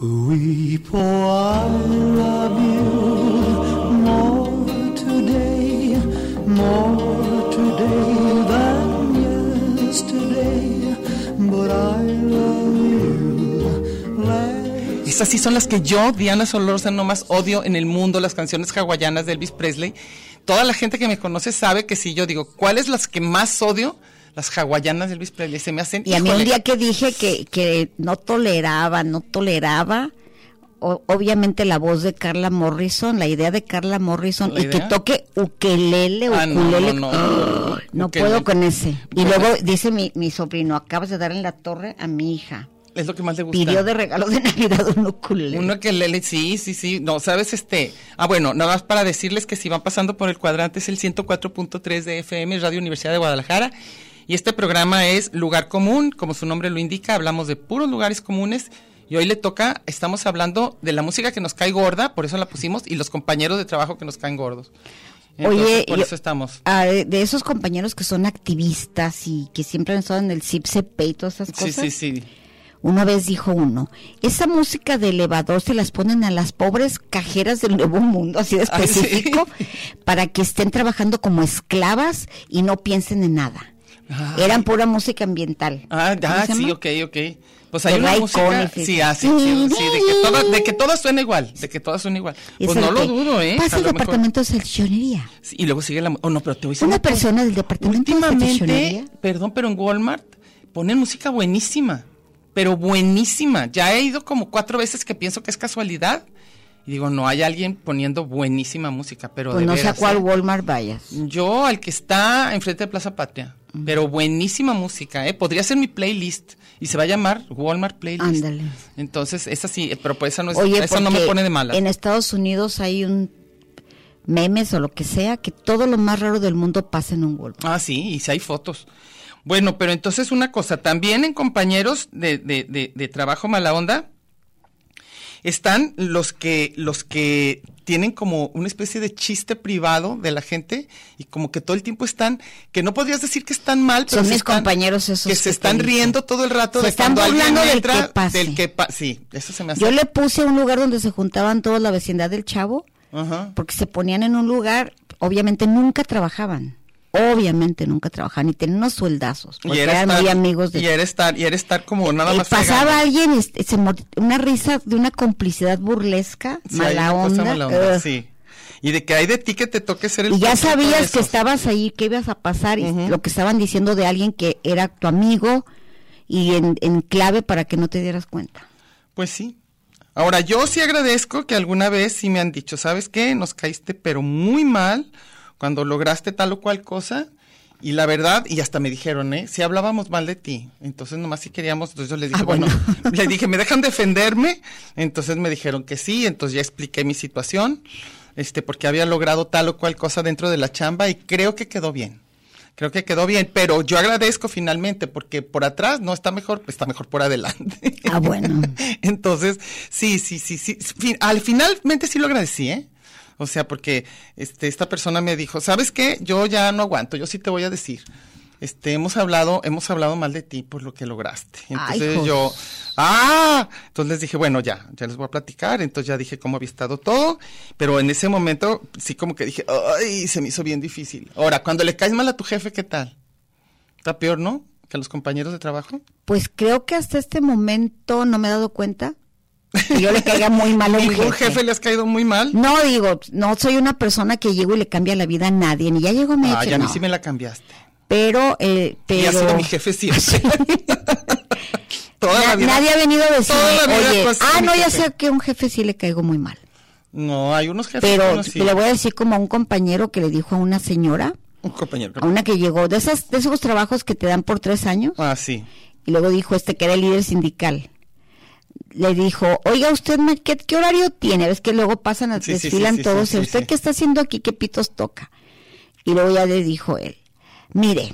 [SPEAKER 5] We pour I love you more today, more today than yesterday. But I love you less.
[SPEAKER 4] Esas sí son las que yo, Diana Solórzano, más odio en el mundo, las canciones hawaianas de Elvis Presley. Toda la gente que me conoce sabe que si yo digo, ¿cuáles las que más odio? Las hawaianas de Elvis Presley. Se me hacen...
[SPEAKER 2] Y a mí un
[SPEAKER 4] híjole,
[SPEAKER 2] día que dije que, que no toleraba, no toleraba, o- obviamente la voz de Carla Morrison, la idea de Carla Morrison,
[SPEAKER 4] ¿La
[SPEAKER 2] y que
[SPEAKER 4] idea?
[SPEAKER 2] toque ukelele,
[SPEAKER 4] Ah, no,
[SPEAKER 2] ukulele,
[SPEAKER 4] no, no.
[SPEAKER 2] ¡ah! [GASPS] no
[SPEAKER 4] Ukelele.
[SPEAKER 2] puedo con ese. Y
[SPEAKER 4] Bueno.
[SPEAKER 2] luego dice mi, mi sobrino, acabas de dar en la torre a mi hija.
[SPEAKER 4] Es lo que más le gusta.
[SPEAKER 2] Pidió de regalo de Navidad un ukulele.
[SPEAKER 4] Uno que lele, sí, sí, sí. No, sabes, este. Ah, bueno, nada más para decirles que si van pasando por el cuadrante es el 104.3 de FM, Radio Universidad de Guadalajara. Y este programa es Lugar Común, como su nombre lo indica, hablamos de puros lugares comunes. Y hoy le toca, estamos hablando de la música que nos cae gorda, por eso la pusimos, y los compañeros de trabajo que nos caen gordos. Entonces,
[SPEAKER 2] Oye,
[SPEAKER 4] por
[SPEAKER 2] yo-
[SPEAKER 4] eso estamos.
[SPEAKER 2] Ah, de- de esos compañeros que son activistas y que siempre han estado en el CIPCP y todas esas
[SPEAKER 4] Sí,
[SPEAKER 2] cosas.
[SPEAKER 4] sí, sí.
[SPEAKER 2] Una vez dijo uno, esa música de elevador se las ponen a las pobres cajeras del Nuevo Mundo, así de
[SPEAKER 4] [LAUGHS] Ay, sí.
[SPEAKER 2] específico, para que estén trabajando como esclavas y no piensen en nada. Eran pura música ambiental.
[SPEAKER 4] Ah,
[SPEAKER 2] ¿Cómo
[SPEAKER 4] ah
[SPEAKER 2] se
[SPEAKER 4] sí,
[SPEAKER 2] llama?
[SPEAKER 4] ok, ok. Pues hay
[SPEAKER 2] De
[SPEAKER 4] una
[SPEAKER 2] Ray
[SPEAKER 4] música,
[SPEAKER 2] Conniff.
[SPEAKER 4] sí, ah, sí, sí, sí,
[SPEAKER 2] [LAUGHS]
[SPEAKER 4] de que todo, de que todo suena igual, de que todo suena igual.
[SPEAKER 2] Es
[SPEAKER 4] Pues
[SPEAKER 2] el
[SPEAKER 4] no lo
[SPEAKER 2] que
[SPEAKER 4] dudo, ¿eh?
[SPEAKER 2] Pasa
[SPEAKER 4] A
[SPEAKER 2] el
[SPEAKER 4] lo mejor-
[SPEAKER 2] departamento de seccionería.
[SPEAKER 4] Sí, y luego sigue la... Oh, no, pero te voy a decir
[SPEAKER 2] Una
[SPEAKER 4] una cosa.
[SPEAKER 2] persona del departamento de
[SPEAKER 4] Últimamente,
[SPEAKER 2] seccionería.
[SPEAKER 4] perdón, pero en Walmart ponen música buenísima, pero buenísima. Ya he ido como cuatro veces que pienso que es casualidad y digo, no, hay alguien poniendo buenísima música, pero
[SPEAKER 2] Pues
[SPEAKER 4] de
[SPEAKER 2] no sé a
[SPEAKER 4] veras,
[SPEAKER 2] cuál
[SPEAKER 4] ¿eh?
[SPEAKER 2] Walmart vayas.
[SPEAKER 4] Yo al que está enfrente de Plaza Patria, pero buenísima música, ¿eh? Podría ser mi playlist y se va a llamar Walmart Playlist.
[SPEAKER 2] Ándale.
[SPEAKER 4] Entonces, esa sí, eh, pero pues esa no, es,
[SPEAKER 2] Oye,
[SPEAKER 4] esa no me
[SPEAKER 2] porque
[SPEAKER 4] pone de malas.
[SPEAKER 2] En Estados Unidos hay un memes o lo que sea que todo lo más raro del mundo pasa en un Walmart.
[SPEAKER 4] Ah, sí, y si hay fotos. Bueno, pero entonces una cosa, también en compañeros de, de- de- de trabajo mala onda están los que, los que tienen como una especie de chiste privado de la gente y como que todo el tiempo están, que no podrías decir que están mal, pero
[SPEAKER 2] Son
[SPEAKER 4] se
[SPEAKER 2] mis
[SPEAKER 4] están-
[SPEAKER 2] compañeros esos
[SPEAKER 4] que
[SPEAKER 2] que
[SPEAKER 4] se están
[SPEAKER 2] te dije.
[SPEAKER 4] riendo todo el rato
[SPEAKER 2] Se
[SPEAKER 4] de
[SPEAKER 2] están
[SPEAKER 4] cuando alguien
[SPEAKER 2] burlando del
[SPEAKER 4] entra,
[SPEAKER 2] que pase.
[SPEAKER 4] del que pa- sí, eso se me hace.
[SPEAKER 2] Yo le puse un lugar donde se juntaban todos la vecindad del chavo,
[SPEAKER 4] Ajá.
[SPEAKER 2] porque se ponían en un lugar, obviamente nunca trabajaban. Obviamente nunca trabajaban y tenían unos sueldazos, porque eran muy amigos de
[SPEAKER 4] y era estar, y era estar como nada
[SPEAKER 2] Eh,
[SPEAKER 4] más
[SPEAKER 2] pasaba
[SPEAKER 4] fregando.
[SPEAKER 2] alguien y este, se mor- una risa de una complicidad burlesca,
[SPEAKER 4] Sí, hay
[SPEAKER 2] mala,
[SPEAKER 4] una cosa
[SPEAKER 2] onda,
[SPEAKER 4] mala onda,
[SPEAKER 2] ugh.
[SPEAKER 4] sí. Y de que hay de ti que te toque ser el
[SPEAKER 2] Y ya
[SPEAKER 4] tonto de
[SPEAKER 2] sabías que
[SPEAKER 4] esos.
[SPEAKER 2] estabas ahí, que ibas a pasar, y
[SPEAKER 4] Ujú.
[SPEAKER 2] lo que estaban diciendo de alguien que era tu amigo y en, en clave para que no te dieras cuenta.
[SPEAKER 4] Pues sí. Ahora, yo sí agradezco que alguna vez sí me han dicho, ¿sabes qué? Nos caíste pero muy mal cuando lograste tal o cual cosa. Y la verdad, y hasta me dijeron, ¿eh? Si hablábamos mal de ti. Entonces, nomás si queríamos, entonces yo les dije,
[SPEAKER 2] Ah, bueno.
[SPEAKER 4] bueno, [LAUGHS] le dije, ¿me dejan defenderme? Entonces me dijeron que sí, entonces ya expliqué mi situación, este, porque había logrado tal o cual cosa dentro de la chamba y creo que quedó bien. Creo que quedó bien, pero yo agradezco finalmente porque por atrás no está mejor, está mejor por adelante.
[SPEAKER 2] Ah,
[SPEAKER 4] [LAUGHS]
[SPEAKER 2] bueno.
[SPEAKER 4] Entonces, sí, sí, sí, sí. Fin- al finalmente sí lo agradecí, ¿eh? O sea, porque este, esta persona me dijo, ¿sabes qué? Yo ya no aguanto, yo sí te voy a decir. Este, hemos hablado, hemos hablado mal de ti por lo que lograste.
[SPEAKER 2] Ay,
[SPEAKER 4] Entonces
[SPEAKER 2] hijos.
[SPEAKER 4] yo, ¡ah! Entonces les dije, bueno, ya, ya les voy a platicar. Entonces ya dije cómo había estado todo, pero en ese momento sí como que dije, ¡ay! Se me hizo bien difícil. Ahora, cuando le caes mal a tu jefe, ¿qué tal? Está peor, ¿no? Que a los compañeros de trabajo.
[SPEAKER 2] Pues creo que hasta este momento no me he dado cuenta que yo le caiga muy mal a un
[SPEAKER 4] [LAUGHS] Ningún
[SPEAKER 2] jefe.
[SPEAKER 4] jefe le has caído muy mal.
[SPEAKER 2] No digo, no soy una persona que llego y le cambia la vida a nadie, ni ya llegó a mi
[SPEAKER 4] Ah,
[SPEAKER 2] hecho,
[SPEAKER 4] ya a mí
[SPEAKER 2] no.
[SPEAKER 4] sí me la cambiaste.
[SPEAKER 2] Pero, eh, pero...
[SPEAKER 4] Y ha sido mi jefe [LAUGHS] siempre.
[SPEAKER 2] [LAUGHS]
[SPEAKER 4] Toda
[SPEAKER 2] Na-
[SPEAKER 4] la vida.
[SPEAKER 2] Nadie ha venido a
[SPEAKER 4] Toda la
[SPEAKER 2] decirme,
[SPEAKER 4] vida
[SPEAKER 2] oye,
[SPEAKER 4] tú has sido
[SPEAKER 2] ah,
[SPEAKER 4] mi
[SPEAKER 2] no, ya
[SPEAKER 4] jefe".
[SPEAKER 2] sé que a un jefe sí le caigo muy mal.
[SPEAKER 4] No, hay unos jefes que
[SPEAKER 2] Pero
[SPEAKER 4] no, sí.
[SPEAKER 2] le voy a decir como a un compañero que le dijo a una señora,
[SPEAKER 4] Un compañero.
[SPEAKER 2] a una que llegó, de, esas, de esos trabajos que te dan por tres años,
[SPEAKER 4] Ah, sí.
[SPEAKER 2] y luego dijo este que era el líder sindical. Le dijo, oiga, usted, ma- ¿qué, qué horario tiene? Ves que luego pasan, a-
[SPEAKER 4] Sí, sí, sí,
[SPEAKER 2] desfilan
[SPEAKER 4] sí, sí,
[SPEAKER 2] todos.
[SPEAKER 4] sí,
[SPEAKER 2] ¿y ¿Usted
[SPEAKER 4] sí.
[SPEAKER 2] qué está haciendo aquí? ¿Qué pitos toca? Y luego ya le dijo él, mire,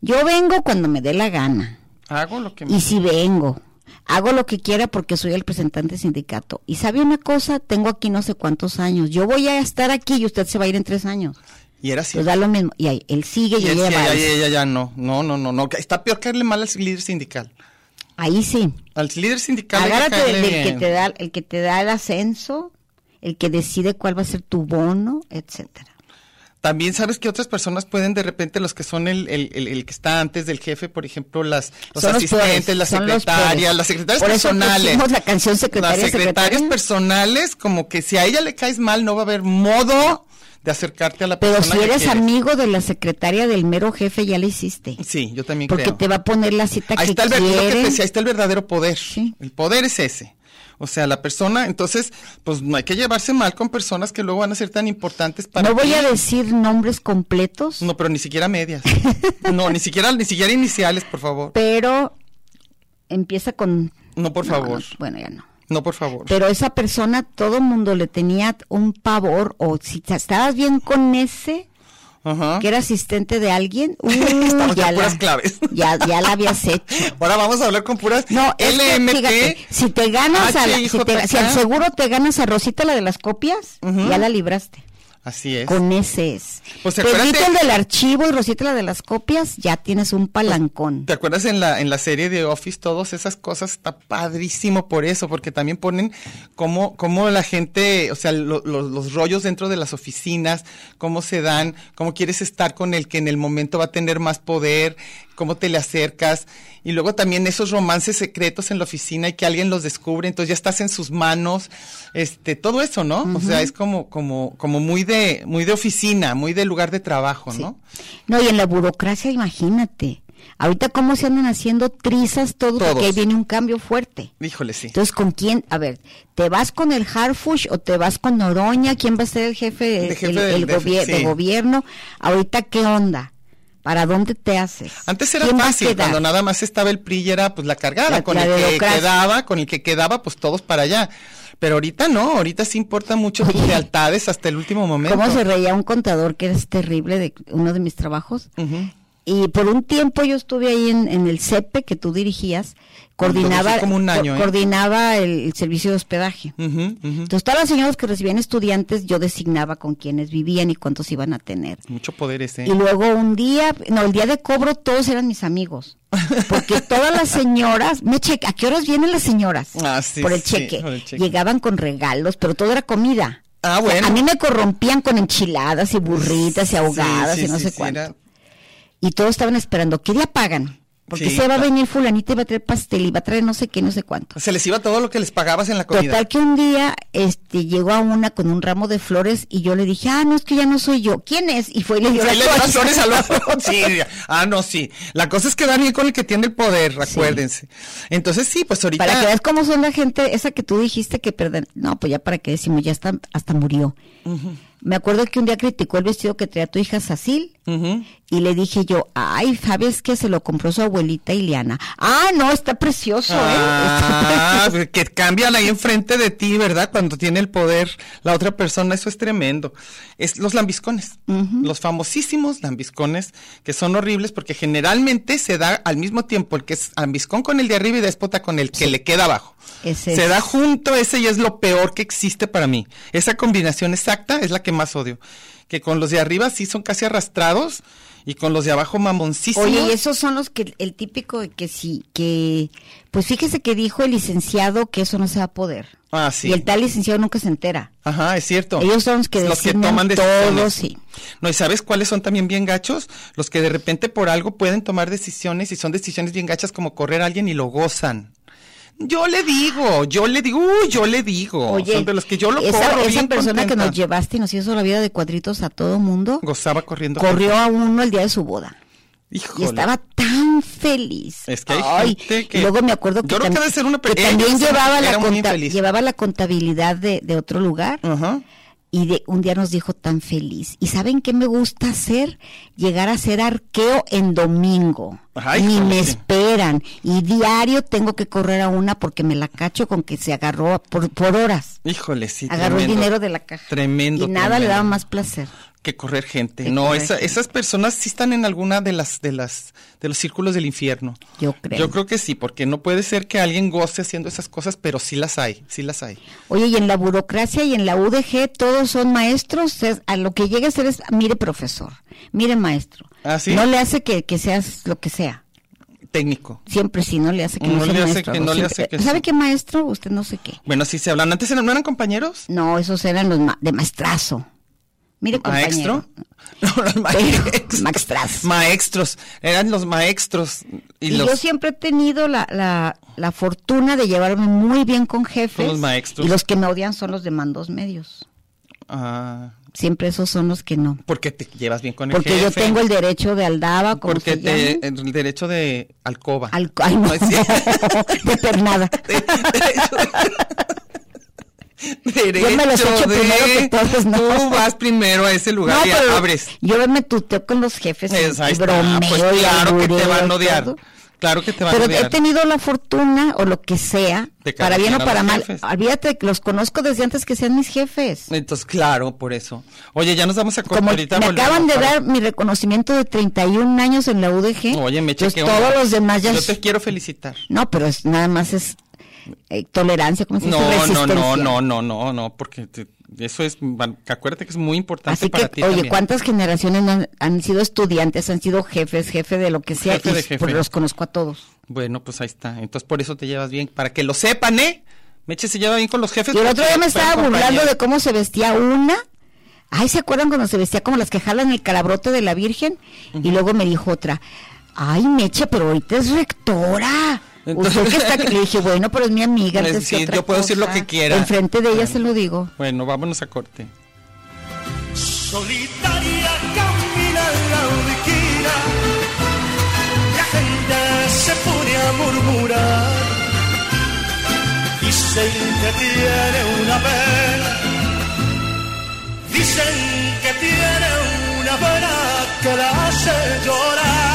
[SPEAKER 2] yo vengo cuando me dé la gana.
[SPEAKER 4] Hago lo que me...
[SPEAKER 2] Y si vengo, hago lo que quiera porque soy el representante del sindicato. Y sabe una cosa, tengo aquí no sé cuántos años. Yo voy a estar aquí y usted se va a ir en tres años.
[SPEAKER 4] Y era así.
[SPEAKER 2] Pues da lo mismo. Y ahí, él sigue y,
[SPEAKER 4] Y él
[SPEAKER 2] ella
[SPEAKER 4] sí,
[SPEAKER 2] va.
[SPEAKER 4] ya, ya, ya, ya, no. No, no, no, no. Que Está peor caerle mal al líder sindical.
[SPEAKER 2] Ahí sí.
[SPEAKER 4] Al líder sindical. hay que
[SPEAKER 2] Agárrate del,
[SPEAKER 4] caerle
[SPEAKER 2] del que
[SPEAKER 4] bien.
[SPEAKER 2] te da, el que te da el ascenso, el que decide cuál va a ser tu bono, etcétera.
[SPEAKER 4] También sabes que otras personas pueden de repente, los que son el, el, el, el que está antes del jefe, por ejemplo, las, los
[SPEAKER 2] Son los
[SPEAKER 4] asistentes,
[SPEAKER 2] peores,
[SPEAKER 4] las
[SPEAKER 2] son los peores.
[SPEAKER 4] secretarias, las secretarias
[SPEAKER 2] Por eso pues,
[SPEAKER 4] personales.
[SPEAKER 2] pusimos la canción secretaria,
[SPEAKER 4] Las secretarias
[SPEAKER 2] secretaria.
[SPEAKER 4] personales, como que si a ella le caes mal, no va a haber modo de acercarte a la
[SPEAKER 2] Pero
[SPEAKER 4] persona.
[SPEAKER 2] si
[SPEAKER 4] que
[SPEAKER 2] eres
[SPEAKER 4] quieres.
[SPEAKER 2] amigo de la secretaria del mero jefe, ya le hiciste.
[SPEAKER 4] Sí, yo también
[SPEAKER 2] Porque
[SPEAKER 4] creo.
[SPEAKER 2] te va a poner la cita
[SPEAKER 4] ahí
[SPEAKER 2] que
[SPEAKER 4] está el, ver- es lo que te
[SPEAKER 2] quiere.
[SPEAKER 4] decía, ahí está el verdadero poder.
[SPEAKER 2] Sí.
[SPEAKER 4] El poder es ese. O sea, la persona, entonces, pues no hay que llevarse mal con personas que luego van a ser tan importantes para
[SPEAKER 2] No voy
[SPEAKER 4] ti.
[SPEAKER 2] a decir nombres completos,
[SPEAKER 4] No, pero ni siquiera medias. No, ni siquiera, ni siquiera iniciales, por favor.
[SPEAKER 2] pero empieza con...
[SPEAKER 4] No, por
[SPEAKER 2] No, no,
[SPEAKER 4] favor.
[SPEAKER 2] bueno, ya no.
[SPEAKER 4] No, por favor.
[SPEAKER 2] Pero esa persona, todo mundo le tenía un pavor, o si te- estabas bien con ese,
[SPEAKER 4] Ajá.
[SPEAKER 2] que era asistente de alguien, uh,
[SPEAKER 4] [LAUGHS] Estamos
[SPEAKER 2] ya,
[SPEAKER 4] ya puras
[SPEAKER 2] la,
[SPEAKER 4] claves.
[SPEAKER 2] [LAUGHS] ya, ya la habías hecho.
[SPEAKER 4] Ahora vamos a hablar con puras
[SPEAKER 2] No, es que,
[SPEAKER 4] LMT.
[SPEAKER 2] fíjate, si te ganas, a la- si, te-
[SPEAKER 4] HIJK.
[SPEAKER 2] si al seguro te ganas a Rosita, la de las copias,
[SPEAKER 4] Ujú.
[SPEAKER 2] ya la libraste.
[SPEAKER 4] Así es.
[SPEAKER 2] Con ese es.
[SPEAKER 4] Pues, acuérdate-
[SPEAKER 2] Pedrito el del archivo y Rosita la de las copias, ya tienes un palancón.
[SPEAKER 4] Pues, ¿Te acuerdas en la, en la serie de Office? Todas esas cosas está padrísimo por eso, porque también ponen cómo, cómo la gente, o sea, lo- lo- los rollos dentro de las oficinas, cómo se dan, cómo quieres estar con el que en el momento va a tener más poder, cómo te le acercas. Y luego también esos romances secretos en la oficina y que alguien los descubre, entonces ya estás en sus manos, este, todo eso, ¿no? O sea, es como, como, como muy de, muy de oficina, muy de lugar de trabajo, ¿no?
[SPEAKER 2] No, y en la burocracia, imagínate. Ahorita cómo se andan haciendo trizas todo, porque
[SPEAKER 4] Todos.
[SPEAKER 2] ahí viene un cambio fuerte.
[SPEAKER 4] Híjole, sí.
[SPEAKER 2] Entonces, ¿con quién? A ver, ¿te vas con el Harfush o te vas con Noroña? ¿Quién va a ser el jefe,
[SPEAKER 4] El jefe
[SPEAKER 2] el-
[SPEAKER 4] del-
[SPEAKER 2] el
[SPEAKER 4] del-
[SPEAKER 2] gobier-
[SPEAKER 4] sí.
[SPEAKER 2] de gobierno? Ahorita, ¿qué onda? ¿Para dónde te haces?
[SPEAKER 4] Antes era
[SPEAKER 2] ¿Quién va a
[SPEAKER 4] fácil,
[SPEAKER 2] quedar?
[SPEAKER 4] cuando nada más estaba el PRI y era pues la cargada,
[SPEAKER 2] La-
[SPEAKER 4] con
[SPEAKER 2] la
[SPEAKER 4] el que
[SPEAKER 2] dedocracia.
[SPEAKER 4] quedaba, con el que quedaba pues todos para allá. Pero ahorita no, ahorita sí importa mucho tus
[SPEAKER 2] Oye.
[SPEAKER 4] lealtades hasta el último momento.
[SPEAKER 2] ¿Cómo se reía un contador que es terrible de uno de mis trabajos?
[SPEAKER 4] Ujú.
[SPEAKER 2] Y por un tiempo yo estuve ahí en, en el CEPE que tú dirigías, coordinaba,
[SPEAKER 4] Ah, como un año, ¿eh?
[SPEAKER 2] coordinaba el, el servicio de hospedaje.
[SPEAKER 4] Ujú, ujú.
[SPEAKER 2] Entonces, todas las señoras que recibían estudiantes, yo designaba con quienes vivían y cuántos iban a tener.
[SPEAKER 4] Mucho poder ese.
[SPEAKER 2] Y luego un día, no, el día de cobro todos eran mis amigos.
[SPEAKER 4] [LAUGHS]
[SPEAKER 2] Porque todas las señoras, me cheque, ¿a qué horas vienen las señoras?
[SPEAKER 4] Ah, sí,
[SPEAKER 2] por, el
[SPEAKER 4] sí,
[SPEAKER 2] cheque.
[SPEAKER 4] por el cheque.
[SPEAKER 2] Llegaban con regalos, pero todo era comida.
[SPEAKER 4] Ah,
[SPEAKER 2] O sea,
[SPEAKER 4] bueno.
[SPEAKER 2] a mí me corrompían con enchiladas y burritas y ahogadas
[SPEAKER 4] Sí, sí,
[SPEAKER 2] y no
[SPEAKER 4] sí,
[SPEAKER 2] sé
[SPEAKER 4] sí,
[SPEAKER 2] cuánto.
[SPEAKER 4] era-
[SPEAKER 2] Y todos estaban esperando, ¿qué día pagan? Porque
[SPEAKER 4] Sí,
[SPEAKER 2] se va a
[SPEAKER 4] claro.
[SPEAKER 2] venir fulanita y va a traer pastel y va a traer no sé qué, no sé cuánto.
[SPEAKER 4] Se les iba todo lo que les pagabas en la Pues, comida.
[SPEAKER 2] Total que un día este llegó a una con un ramo de flores y yo le dije, ah, no, es que ya no soy yo. ¿Quién es? Y fue y le dio
[SPEAKER 4] Ahí
[SPEAKER 2] la
[SPEAKER 4] le dio
[SPEAKER 2] [LAUGHS]
[SPEAKER 4] las
[SPEAKER 2] toalla.
[SPEAKER 4] flores al otro. Sí, ya. ah, no, sí. La cosa es quedar bien con el que tiene el poder, acuérdense. Entonces, sí, pues ahorita.
[SPEAKER 2] Para que veas cómo son la gente, esa que tú dijiste que perden... No, pues ya para qué decimos, ya hasta, hasta murió. Me acuerdo que un día criticó el vestido que traía tu hija Sacil
[SPEAKER 4] Ujú.
[SPEAKER 2] y le dije yo, ay, Fabio, es que se lo compró su abuelita Ileana. Ah, no, está precioso, [LAUGHS]
[SPEAKER 4] [LAUGHS] Ah,
[SPEAKER 2] ¿eh? Está precioso.
[SPEAKER 4] que cambian ahí enfrente de ti, ¿verdad? Cuando tiene el poder la otra persona, eso es tremendo. Es los lambiscones, los famosísimos lambiscones, que son horribles porque generalmente se da al mismo tiempo el que es lambiscón con el de arriba y déspota con el que le queda abajo.
[SPEAKER 2] Ese
[SPEAKER 4] se
[SPEAKER 2] es.
[SPEAKER 4] da junto, ese y es lo peor que existe para mí. Esa combinación exacta es la que más odio. Que con los de arriba sí son casi arrastrados y con los de abajo mamoncísimos.
[SPEAKER 2] Oye, y esos son los que, el típico de que sí, que, pues fíjese que dijo el licenciado que eso no se va a poder.
[SPEAKER 4] Ah, sí.
[SPEAKER 2] Y el tal licenciado nunca se entera.
[SPEAKER 4] Ajá, es cierto.
[SPEAKER 2] Ellos son los que designan
[SPEAKER 4] decisiones.
[SPEAKER 2] todo, sí.
[SPEAKER 4] No, y ¿sabes cuáles son también bien gachos? Los que de repente por algo pueden tomar decisiones y son decisiones bien gachas como correr a alguien y lo gozan. Yo le digo, yo le digo, uy, yo le digo.
[SPEAKER 2] Oye,
[SPEAKER 4] son de los que yo lo
[SPEAKER 2] esa,
[SPEAKER 4] corro
[SPEAKER 2] esa
[SPEAKER 4] bien
[SPEAKER 2] persona que nos
[SPEAKER 4] contenta.
[SPEAKER 2] llevaste y nos hizo la vida de cuadritos a todo mundo,
[SPEAKER 4] Gozaba corriendo.
[SPEAKER 2] corrió a uno el día de su boda.
[SPEAKER 4] Híjole.
[SPEAKER 2] Y estaba tan feliz.
[SPEAKER 4] Es que hay gente que-
[SPEAKER 2] Y luego me acuerdo que,
[SPEAKER 4] Yo creo que
[SPEAKER 2] tam-
[SPEAKER 4] debe ser una pe-
[SPEAKER 2] que
[SPEAKER 4] ella
[SPEAKER 2] también
[SPEAKER 4] sí
[SPEAKER 2] llevaba
[SPEAKER 4] era
[SPEAKER 2] la,
[SPEAKER 4] muy
[SPEAKER 2] conta-
[SPEAKER 4] infeliz. Mm.
[SPEAKER 2] llevaba la contabilidad de, de otro lugar.
[SPEAKER 4] Ajá.
[SPEAKER 2] Y de, un día nos dijo tan feliz. ¿Y saben qué me gusta hacer? Llegar a hacer arqueo en domingo.
[SPEAKER 4] Ay,
[SPEAKER 2] Ni me
[SPEAKER 4] joder.
[SPEAKER 2] esperan. Y diario tengo que correr a una porque me la cacho con que se agarró a- por, por horas.
[SPEAKER 4] Híjole, sí.
[SPEAKER 2] Agarró el
[SPEAKER 4] tremendo.
[SPEAKER 2] dinero de la caja.
[SPEAKER 4] Tremendo.
[SPEAKER 2] Y nada le
[SPEAKER 4] tremendo.
[SPEAKER 2] daba más placer.
[SPEAKER 4] que correr gente.
[SPEAKER 2] Que
[SPEAKER 4] no,
[SPEAKER 2] correr
[SPEAKER 4] esa-
[SPEAKER 2] gente.
[SPEAKER 4] esas personas sí están en alguna de las de las de los círculos del infierno.
[SPEAKER 2] Yo creo.
[SPEAKER 4] Yo creo que sí, porque no puede ser que alguien goce haciendo esas cosas, pero sí las hay, sí las hay.
[SPEAKER 2] Oye, y en la burocracia y en la UDG todos son maestros. es- a lo que llega a ser es, mire profesor, mire maestro.
[SPEAKER 4] ¿Ah, sí?
[SPEAKER 2] No le hace que, que seas lo que sea.
[SPEAKER 4] Técnico.
[SPEAKER 2] Siempre sí, no le hace que no,
[SPEAKER 4] No
[SPEAKER 2] sea
[SPEAKER 4] le hace
[SPEAKER 2] maestro.
[SPEAKER 4] que no le
[SPEAKER 2] siempre-
[SPEAKER 4] hace que
[SPEAKER 2] ¿Sabe
[SPEAKER 4] sí.
[SPEAKER 2] qué maestro? Usted no sé qué.
[SPEAKER 4] Bueno, sí se hablan. Antes eran- no eran compañeros.
[SPEAKER 2] No, esos eran los ma- de maestrazo. Mire, compañero.
[SPEAKER 4] Maestro. [LAUGHS] No, los
[SPEAKER 2] Pero-
[SPEAKER 4] [LAUGHS] maestros.
[SPEAKER 2] maestras.
[SPEAKER 4] Maestros. Eran los maestros. Y,
[SPEAKER 2] Y
[SPEAKER 4] los
[SPEAKER 2] yo siempre he tenido la, la, la fortuna de llevarme muy bien con jefes.
[SPEAKER 4] Con los maestros.
[SPEAKER 2] Y los que me odian son los de mandos medios.
[SPEAKER 4] Ah,
[SPEAKER 2] Siempre esos son los que no.
[SPEAKER 4] porque te llevas bien con el
[SPEAKER 2] Porque yo
[SPEAKER 4] jefe.
[SPEAKER 2] tengo el derecho de aldaba, como
[SPEAKER 4] porque
[SPEAKER 2] se llame.
[SPEAKER 4] te, Pues el derecho de alcoba. [LAUGHS]
[SPEAKER 2] Al- ay, no.
[SPEAKER 4] No es cierto.
[SPEAKER 2] [LAUGHS] de
[SPEAKER 4] [LAUGHS]
[SPEAKER 2] pernada.
[SPEAKER 4] Derecho
[SPEAKER 2] me los echo
[SPEAKER 4] de-
[SPEAKER 2] primero que todos, ¿no?
[SPEAKER 4] Tú vas primero a ese lugar
[SPEAKER 2] No,
[SPEAKER 4] y
[SPEAKER 2] pero
[SPEAKER 4] abres.
[SPEAKER 2] Yo me tuteo con los jefes. y-
[SPEAKER 4] Es- ahí
[SPEAKER 2] y
[SPEAKER 4] está.
[SPEAKER 2] bromeo
[SPEAKER 4] Pues
[SPEAKER 2] y
[SPEAKER 4] claro que te
[SPEAKER 2] albureo
[SPEAKER 4] van
[SPEAKER 2] y
[SPEAKER 4] a odiar.
[SPEAKER 2] todo.
[SPEAKER 4] Claro que te van
[SPEAKER 2] Pero
[SPEAKER 4] a
[SPEAKER 2] he
[SPEAKER 4] odiar.
[SPEAKER 2] tenido la fortuna, o lo que sea,
[SPEAKER 4] De
[SPEAKER 2] para bien o
[SPEAKER 4] conocer a
[SPEAKER 2] para
[SPEAKER 4] los
[SPEAKER 2] mal.
[SPEAKER 4] jefes.
[SPEAKER 2] Olvídate, los conozco desde antes que sean mis jefes.
[SPEAKER 4] Entonces, claro, por eso. Oye, ya nos vamos a cortar
[SPEAKER 2] Como me
[SPEAKER 4] ahorita.
[SPEAKER 2] acaban
[SPEAKER 4] volvemos
[SPEAKER 2] de
[SPEAKER 4] para-
[SPEAKER 2] dar mi reconocimiento de 31 años en la UDG.
[SPEAKER 4] Oye, me
[SPEAKER 2] Entonces,
[SPEAKER 4] chequeo.
[SPEAKER 2] Pues todos los demás ya.
[SPEAKER 4] Yo te quiero felicitar.
[SPEAKER 2] No, pero es- nada más es eh, tolerancia, como se dice,
[SPEAKER 4] No, no,
[SPEAKER 2] resistencia.
[SPEAKER 4] no, no, no, no, no, porque te- eso es, acuérdate que es muy importante
[SPEAKER 2] Así
[SPEAKER 4] para
[SPEAKER 2] que,
[SPEAKER 4] ti.
[SPEAKER 2] oye,
[SPEAKER 4] también.
[SPEAKER 2] ¿cuántas generaciones han, han sido estudiantes, han sido jefes, jefe de lo que sea?
[SPEAKER 4] Jefe
[SPEAKER 2] y
[SPEAKER 4] de jefe.
[SPEAKER 2] pues, los conozco a todos.
[SPEAKER 4] Bueno, pues ahí está. Entonces, por eso te llevas bien, para que lo sepan, ¿eh? Meche se lleva bien con los jefes.
[SPEAKER 2] Y el otro
[SPEAKER 4] porque
[SPEAKER 2] día me
[SPEAKER 4] son
[SPEAKER 2] estaba burlando
[SPEAKER 4] compañeros.
[SPEAKER 2] de cómo se vestía una. Ay, ¿se acuerdan cuando se vestía como las que jalan el calabrote de la Virgen? Y luego me dijo otra, ay, Meche, pero ahorita es rectora.
[SPEAKER 4] Entonces-
[SPEAKER 2] Usted que está... Le dije, bueno, pero es mi amiga.
[SPEAKER 4] Pues
[SPEAKER 2] antes que
[SPEAKER 4] sí,
[SPEAKER 2] otra
[SPEAKER 4] yo puedo decir lo
[SPEAKER 2] cosa".
[SPEAKER 4] que quiera.
[SPEAKER 2] Enfrente de ella
[SPEAKER 4] Bueno.
[SPEAKER 2] se lo digo.
[SPEAKER 4] Bueno, vámonos a corte.
[SPEAKER 6] Solitaria camina en la esquina, la gente se pone a murmurar. Dicen que tiene una pena, dicen que tiene una pena que la hace llorar.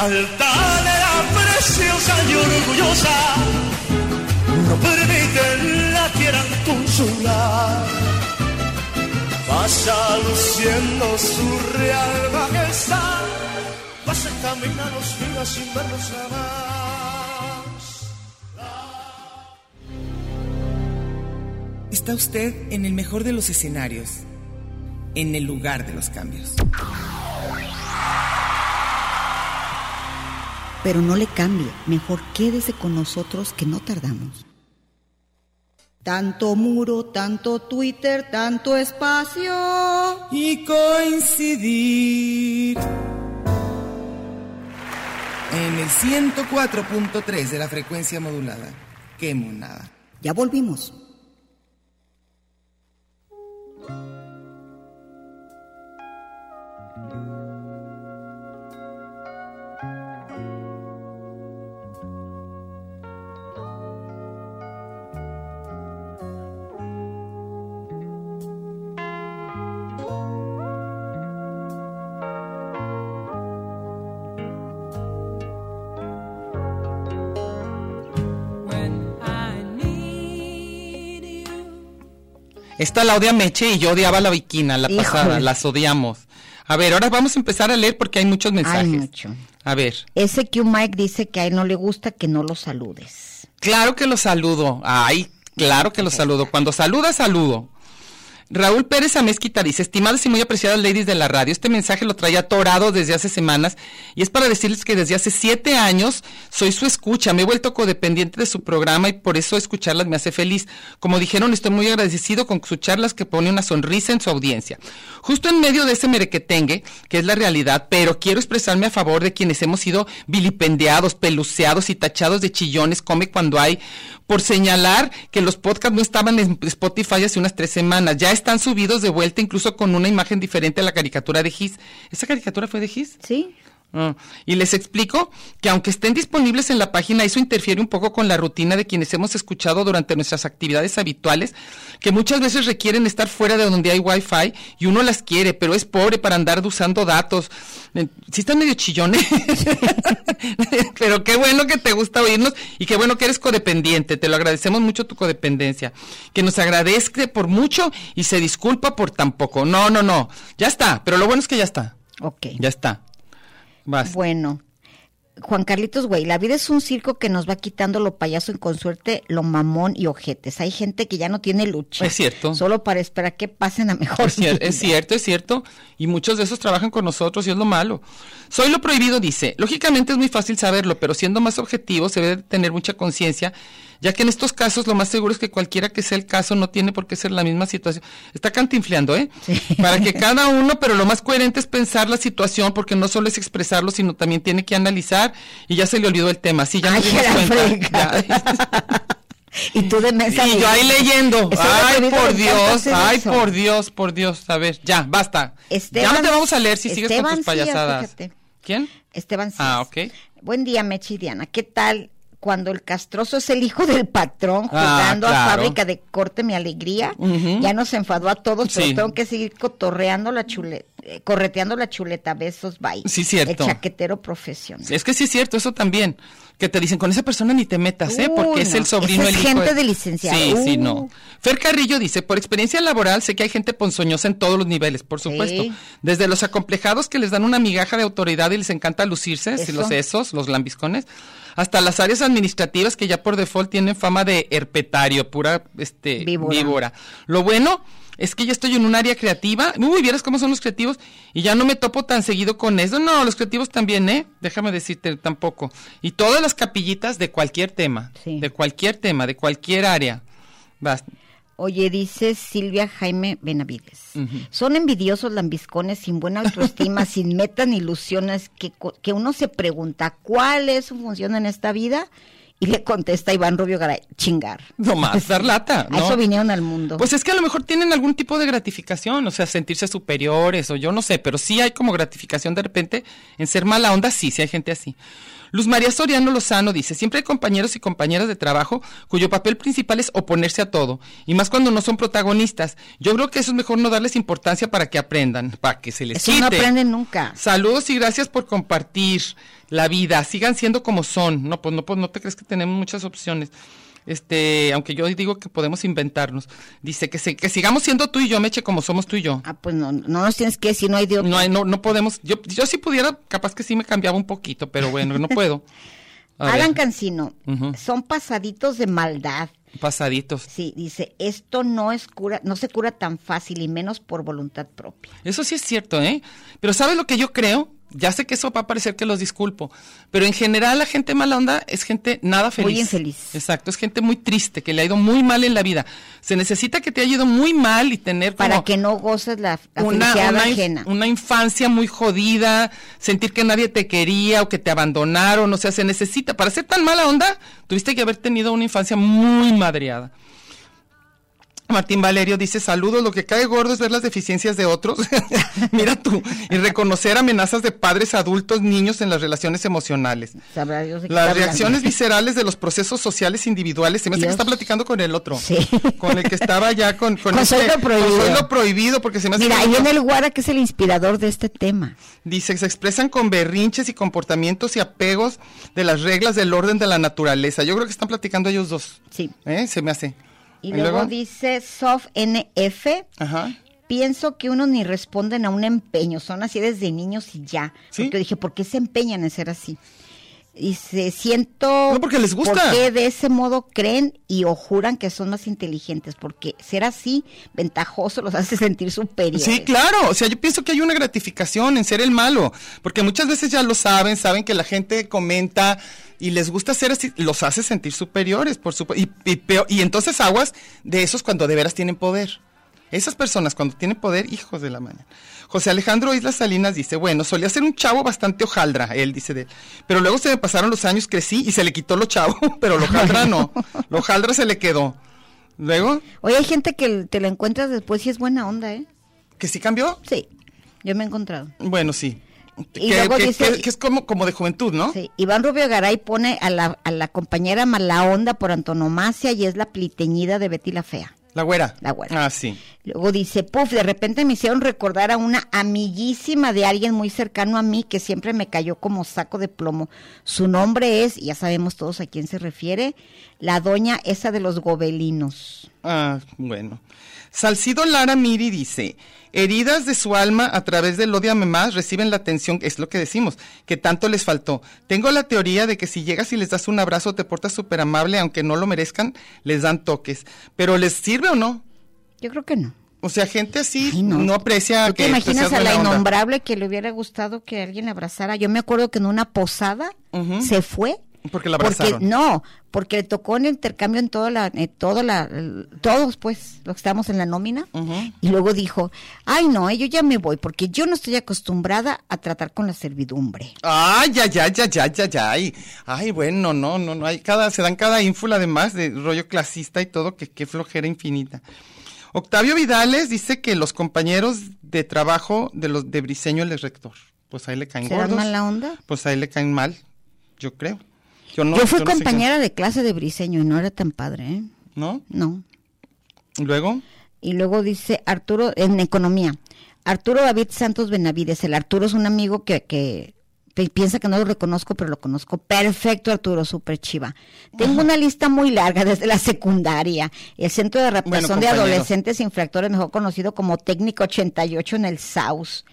[SPEAKER 6] Altanera, preciosa y orgullosa, no permiten la quieran consolar. Va pasa luciendo su real majestad, pasa camina los días sin vernos jamás.
[SPEAKER 7] Está usted en el mejor de los escenarios, en el lugar de los cambios.
[SPEAKER 8] Pero no le cambie, mejor quédese con nosotros que no tardamos. Tanto muro, tanto Twitter, tanto espacio.
[SPEAKER 7] Y coincidir. En el 104.3 de la frecuencia modulada. Qué monada.
[SPEAKER 8] Ya volvimos.
[SPEAKER 9] When I need you,
[SPEAKER 4] Esta la odia Meche y yo odiaba la viquina, la
[SPEAKER 2] Híjole.
[SPEAKER 4] pasada, las odiamos. A ver, ahora vamos a empezar a leer porque hay muchos mensajes.
[SPEAKER 2] Hay mucho.
[SPEAKER 4] A ver,
[SPEAKER 2] Ese que un Mike dice que a él no le gusta que no lo saludes.
[SPEAKER 4] claro que los saludo. Ay, claro que los saludo. Cuando saluda, saludo. Raúl Pérez Amezquita dice, estimadas y muy apreciadas ladies de la radio, este mensaje lo traía atorado desde hace semanas y es para decirles que desde hace siete años soy su escucha, me he vuelto codependiente de su programa y por eso escucharlas me hace feliz. Como dijeron, estoy muy agradecido con sus charlas que pone una sonrisa en su audiencia. Justo en medio de ese merequetengue, que es la realidad, pero quiero expresarme a favor de quienes hemos sido vilipendiados, peluceados y tachados de chillones, come cuando hay, por señalar que los podcasts no estaban en Spotify hace unas tres semanas. Ya están subidos de vuelta, incluso con una imagen diferente a la caricatura de Gis. ¿Esa caricatura fue de Gis?
[SPEAKER 2] ¿Sí?
[SPEAKER 4] Mm. Y les explico que aunque estén disponibles en la página, eso interfiere un poco con la rutina de quienes hemos escuchado durante nuestras actividades habituales, que muchas veces requieren estar fuera de donde hay wifi y uno las quiere, pero es pobre para andar usando datos. Eh, Sí están medio chillones, [LAUGHS] pero qué bueno que te gusta oírnos y qué bueno que eres codependiente. Te lo agradecemos mucho tu codependencia. Que nos agradezca por mucho y se disculpa por tan poco. No, no, no. Ya está, pero lo bueno es que ya está.
[SPEAKER 2] Ok.
[SPEAKER 4] Ya está. Vas.
[SPEAKER 2] Bueno. Juan Carlitos, güey, la vida es un circo que nos va quitando lo payaso y con suerte lo mamón y ojetes. Hay gente que ya no tiene lucha.
[SPEAKER 4] Es cierto.
[SPEAKER 2] Solo para esperar que pasen a mejor.
[SPEAKER 4] Es,
[SPEAKER 2] [LAUGHS] vida.
[SPEAKER 4] cier- es cierto, es cierto. Y muchos de esos trabajan con nosotros y es lo malo. Soy lo prohibido, dice. Lógicamente es muy fácil saberlo, pero siendo más objetivo se debe tener mucha conciencia, ya que en estos casos lo más seguro es que cualquiera que sea el caso no tiene por qué ser la misma situación. Está cantinfleando, ¿eh? [LAUGHS] Para
[SPEAKER 2] [LAUGHS]
[SPEAKER 4] que cada uno, pero lo más coherente es pensar la situación, porque no solo es expresarlo, sino también tiene que analizar y ya se le olvidó el tema. Sí, ya nos
[SPEAKER 2] Ay,
[SPEAKER 4] dimos
[SPEAKER 2] la
[SPEAKER 4] cuenta.
[SPEAKER 2] fregada.
[SPEAKER 4] Ya.
[SPEAKER 2] Y tú de mesa.
[SPEAKER 4] Y yo ahí leyendo.
[SPEAKER 2] Eso es
[SPEAKER 4] Ay,
[SPEAKER 2] lo que
[SPEAKER 4] por
[SPEAKER 2] me encanta
[SPEAKER 4] Dios,
[SPEAKER 2] hacer
[SPEAKER 4] ay,
[SPEAKER 2] eso.
[SPEAKER 4] por Dios, por Dios. A ver, ya, basta.
[SPEAKER 2] Esteban-
[SPEAKER 4] ya no te vamos a leer si sigues con
[SPEAKER 2] Esteban Cías,
[SPEAKER 4] tus payasadas.
[SPEAKER 2] fíjate.
[SPEAKER 4] ¿Quién?
[SPEAKER 2] Esteban Cías.
[SPEAKER 4] Ah, ok.
[SPEAKER 2] Buen día, Mechi y Diana. ¿Qué tal cuando el castroso es el hijo del patrón
[SPEAKER 4] Ah,
[SPEAKER 2] jugando
[SPEAKER 4] claro.
[SPEAKER 2] a fábrica de corte mi alegría?
[SPEAKER 4] Ujú.
[SPEAKER 2] Ya nos enfadó a todos, pero
[SPEAKER 4] Sí.
[SPEAKER 2] tengo que seguir cotorreando la chuleta, correteando la chuleta. Besos, bye.
[SPEAKER 4] Sí, cierto.
[SPEAKER 2] El chaquetero profesional.
[SPEAKER 4] Es que sí es cierto, eso también. Que te dicen, con esa persona ni te metas, ¿eh?
[SPEAKER 2] Uy,
[SPEAKER 4] Porque es
[SPEAKER 2] no,
[SPEAKER 4] el sobrino,
[SPEAKER 2] esa
[SPEAKER 4] el
[SPEAKER 2] es
[SPEAKER 4] hijo.
[SPEAKER 2] gente de licenciado.
[SPEAKER 4] Sí, sí,
[SPEAKER 2] Uh.
[SPEAKER 4] no. Fer Carrillo dice, por experiencia laboral sé que hay gente ponzoñosa en todos los niveles, por
[SPEAKER 2] Sí.
[SPEAKER 4] supuesto. Desde los acomplejados que les dan una migaja de autoridad y les encanta lucirse, sí,
[SPEAKER 2] Eso.
[SPEAKER 4] los esos, los lambiscones, hasta las áreas administrativas que ya por default tienen fama de herpetario, pura este
[SPEAKER 2] Víbora.
[SPEAKER 4] víbora. Lo bueno es que ya estoy en un área creativa. Uy, vieras cómo son los creativos y ya no me topo tan seguido con eso. No, los creativos también, ¿eh? Déjame decirte tampoco. Y todas las capillitas de cualquier tema,
[SPEAKER 2] Sí.
[SPEAKER 4] de cualquier tema, de cualquier área. Vas.
[SPEAKER 2] Oye, dice Silvia Jaime Benavides. Son envidiosos lambiscones sin buena
[SPEAKER 4] [LAUGHS]
[SPEAKER 2] autoestima, sin metas ni ilusiones, que, co- que uno se pregunta cuál es su función en esta vida y le contesta Iván Rubio Garay, chingar. Pues,
[SPEAKER 4] No más, dar lata.
[SPEAKER 2] A
[SPEAKER 4] ¿no?
[SPEAKER 2] eso vinieron al mundo.
[SPEAKER 4] Pues es que a lo mejor tienen algún tipo de gratificación, o sea, sentirse superiores o yo no sé, pero sí hay como gratificación de repente en ser mala onda, sí, sí hay gente así. Luz María Soriano Lozano dice, siempre hay compañeros y compañeras de trabajo cuyo papel principal es oponerse a todo, y más cuando no son protagonistas. Yo creo que eso es mejor no darles importancia para que aprendan, para que se les
[SPEAKER 2] eso
[SPEAKER 4] quite.
[SPEAKER 2] no aprenden nunca.
[SPEAKER 4] Saludos y gracias por compartir la vida. Sigan siendo como son. No, pues no, pues no te crees que tenemos muchas opciones. este, aunque yo digo que podemos inventarnos. Dice que, se- que sigamos siendo tú y yo, Meche, como somos tú y yo.
[SPEAKER 2] Ah, pues no, no nos tienes que decir, no hay de otro.
[SPEAKER 4] No, hay- no, no podemos. Yo, yo si pudiera, capaz que sí me cambiaba un poquito, pero bueno, no puedo. A
[SPEAKER 2] Alan
[SPEAKER 4] ver,
[SPEAKER 2] Cancino,
[SPEAKER 4] Ujú.
[SPEAKER 2] son pasaditos de maldad.
[SPEAKER 4] pasaditos.
[SPEAKER 2] Sí, dice, esto no es cura, no se cura tan fácil y menos por voluntad propia.
[SPEAKER 4] Eso sí es cierto, ¿eh? Pero ¿sabes lo que yo creo? Ya sé que eso va a parecer que los disculpo, pero en general la gente mala onda es gente nada feliz.
[SPEAKER 2] Muy infeliz.
[SPEAKER 4] Exacto, es gente muy triste, que le ha ido muy mal en la vida. Se necesita que te haya ido muy mal y tener
[SPEAKER 2] Para
[SPEAKER 4] como
[SPEAKER 2] que no goces la, la
[SPEAKER 4] una,
[SPEAKER 2] felicidad
[SPEAKER 4] una inf-
[SPEAKER 2] ajena.
[SPEAKER 4] una infancia muy jodida, sentir que nadie te quería o que te abandonaron, o sea, se necesita, para ser tan mala onda, tuviste que haber tenido una infancia muy madreada. Martín Valerio dice, saludos, lo que cae gordo es ver las deficiencias de otros, [LAUGHS] mira tú, y reconocer amenazas de padres, adultos, niños en las relaciones emocionales.
[SPEAKER 2] Sabrá Dios de qué
[SPEAKER 4] Las
[SPEAKER 2] está
[SPEAKER 4] reacciones
[SPEAKER 2] hablando.
[SPEAKER 4] viscerales de los procesos sociales individuales. Se me hace que
[SPEAKER 2] Dios.
[SPEAKER 4] está platicando con el otro.
[SPEAKER 2] Sí.
[SPEAKER 4] Con el que estaba ya con... Con,
[SPEAKER 2] Con Soy lo prohibido.
[SPEAKER 4] con Soy lo prohibido, porque se me hace
[SPEAKER 2] Mira,
[SPEAKER 4] que
[SPEAKER 2] ahí
[SPEAKER 4] no-
[SPEAKER 2] viene el Guara que es el inspirador de este tema.
[SPEAKER 4] Dice, se expresan con berrinches y comportamientos y apegos de las reglas del orden de la naturaleza. Yo creo que están platicando ellos dos.
[SPEAKER 2] Sí.
[SPEAKER 4] ¿Eh? Se me hace.
[SPEAKER 2] Y, luego, dice Soft NF,
[SPEAKER 4] Ajá.
[SPEAKER 2] Pienso que unos ni responden a un empeño, son así desde niños y ya.
[SPEAKER 4] Sí.
[SPEAKER 2] Porque yo dije, ¿por qué se empeñan en ser así? Y se siento...
[SPEAKER 4] No, porque les gusta.
[SPEAKER 2] Porque de ese modo creen y o juran que son más inteligentes, porque ser así ventajoso los hace [LAUGHS] sentir superiores.
[SPEAKER 4] Sí, claro. O sea, yo pienso que hay una gratificación en ser el malo, porque muchas veces ya lo saben, saben que la gente comenta y les gusta ser así, los hace sentir superiores, por supuesto. Y, y peo- y entonces aguas de esos cuando de veras tienen poder. Esas personas cuando tienen poder, hijos de la mañana. José Alejandro Islas Salinas dice, bueno, solía ser un chavo bastante hojaldra, él dice de él. Pero luego se me pasaron los años, crecí y se le quitó lo chavo, [LAUGHS] pero lo hojaldra no. Lo hojaldra se le quedó. Luego,
[SPEAKER 2] Oye, hay gente que te la encuentras después y es buena onda, ¿eh?
[SPEAKER 4] que sí cambió,
[SPEAKER 2] Sí, yo me he encontrado.
[SPEAKER 4] Bueno, sí.
[SPEAKER 2] Y
[SPEAKER 4] que,
[SPEAKER 2] luego
[SPEAKER 4] que-
[SPEAKER 2] dice-
[SPEAKER 4] que- que es como, como de juventud, ¿no?
[SPEAKER 2] Sí, Iván Rubio Garay pone a la, a la compañera mala onda por antonomasia y es la pliteñida de Betty la Fea.
[SPEAKER 4] La güera.
[SPEAKER 2] La güera.
[SPEAKER 4] Ah, sí.
[SPEAKER 2] Luego dice, puff, de repente me hicieron recordar a una amiguísima de alguien muy cercano a mí que siempre me cayó como saco de plomo. Su nombre es, y ya sabemos todos a quién se refiere, la doña esa de los gobelinos.
[SPEAKER 4] Ah, bueno. Salcido Lara Miri dice, heridas de su alma a través del odiame más reciben la atención, es lo que decimos, que tanto les faltó. Tengo la teoría de que si llegas y les das un abrazo, te portas súper amable, aunque no lo merezcan, les dan toques. Pero ¿les sirve o no?
[SPEAKER 2] Yo creo que no.
[SPEAKER 4] O sea, gente así
[SPEAKER 2] Ay,
[SPEAKER 4] no.
[SPEAKER 2] no.
[SPEAKER 4] aprecia
[SPEAKER 2] ¿Tú
[SPEAKER 4] que
[SPEAKER 2] te imaginas a la
[SPEAKER 4] seas pues, buena onda.
[SPEAKER 2] innombrable que le hubiera gustado que alguien la abrazara? Yo me acuerdo que en una posada
[SPEAKER 4] Ujú.
[SPEAKER 2] se fue.
[SPEAKER 4] Porque la
[SPEAKER 2] Porque,
[SPEAKER 4] abrazaron.
[SPEAKER 2] no, porque le tocó en intercambio en toda la, en toda la, todos pues, los que estábamos en la nómina,
[SPEAKER 4] Ujú.
[SPEAKER 2] y luego dijo, ay no, eh, yo ya me voy, porque yo no estoy acostumbrada a tratar con la servidumbre.
[SPEAKER 4] Ay, ya, ya, ya, ya, ya, ya. Ay, ay, bueno, no, no, no. Hay cada, se dan cada ínfula además de rollo clasista y todo, que qué flojera infinita. Octavio Vidales dice que los compañeros de trabajo de los de Briseño el rector, pues ahí le caen
[SPEAKER 2] ¿Será
[SPEAKER 4] gordos.
[SPEAKER 2] mala onda?
[SPEAKER 4] Pues ahí le caen mal, yo creo. Yo, no,
[SPEAKER 2] yo fui
[SPEAKER 4] yo no sé
[SPEAKER 2] compañera de clase de Briseño y no era tan padre, ¿eh?
[SPEAKER 4] qué- ¿No?
[SPEAKER 2] No.
[SPEAKER 4] Luego,
[SPEAKER 2] Y luego dice Arturo, en economía, Arturo David Santos Benavides, el Arturo es un amigo que, que pi- piensa que no lo reconozco, pero lo conozco. Perfecto, Arturo, súper chiva. Tengo una lista muy larga desde la secundaria, el Centro de Represión de
[SPEAKER 4] compañero.
[SPEAKER 2] Adolescentes Infractores, mejor conocido como Técnico 88 en el SAUS.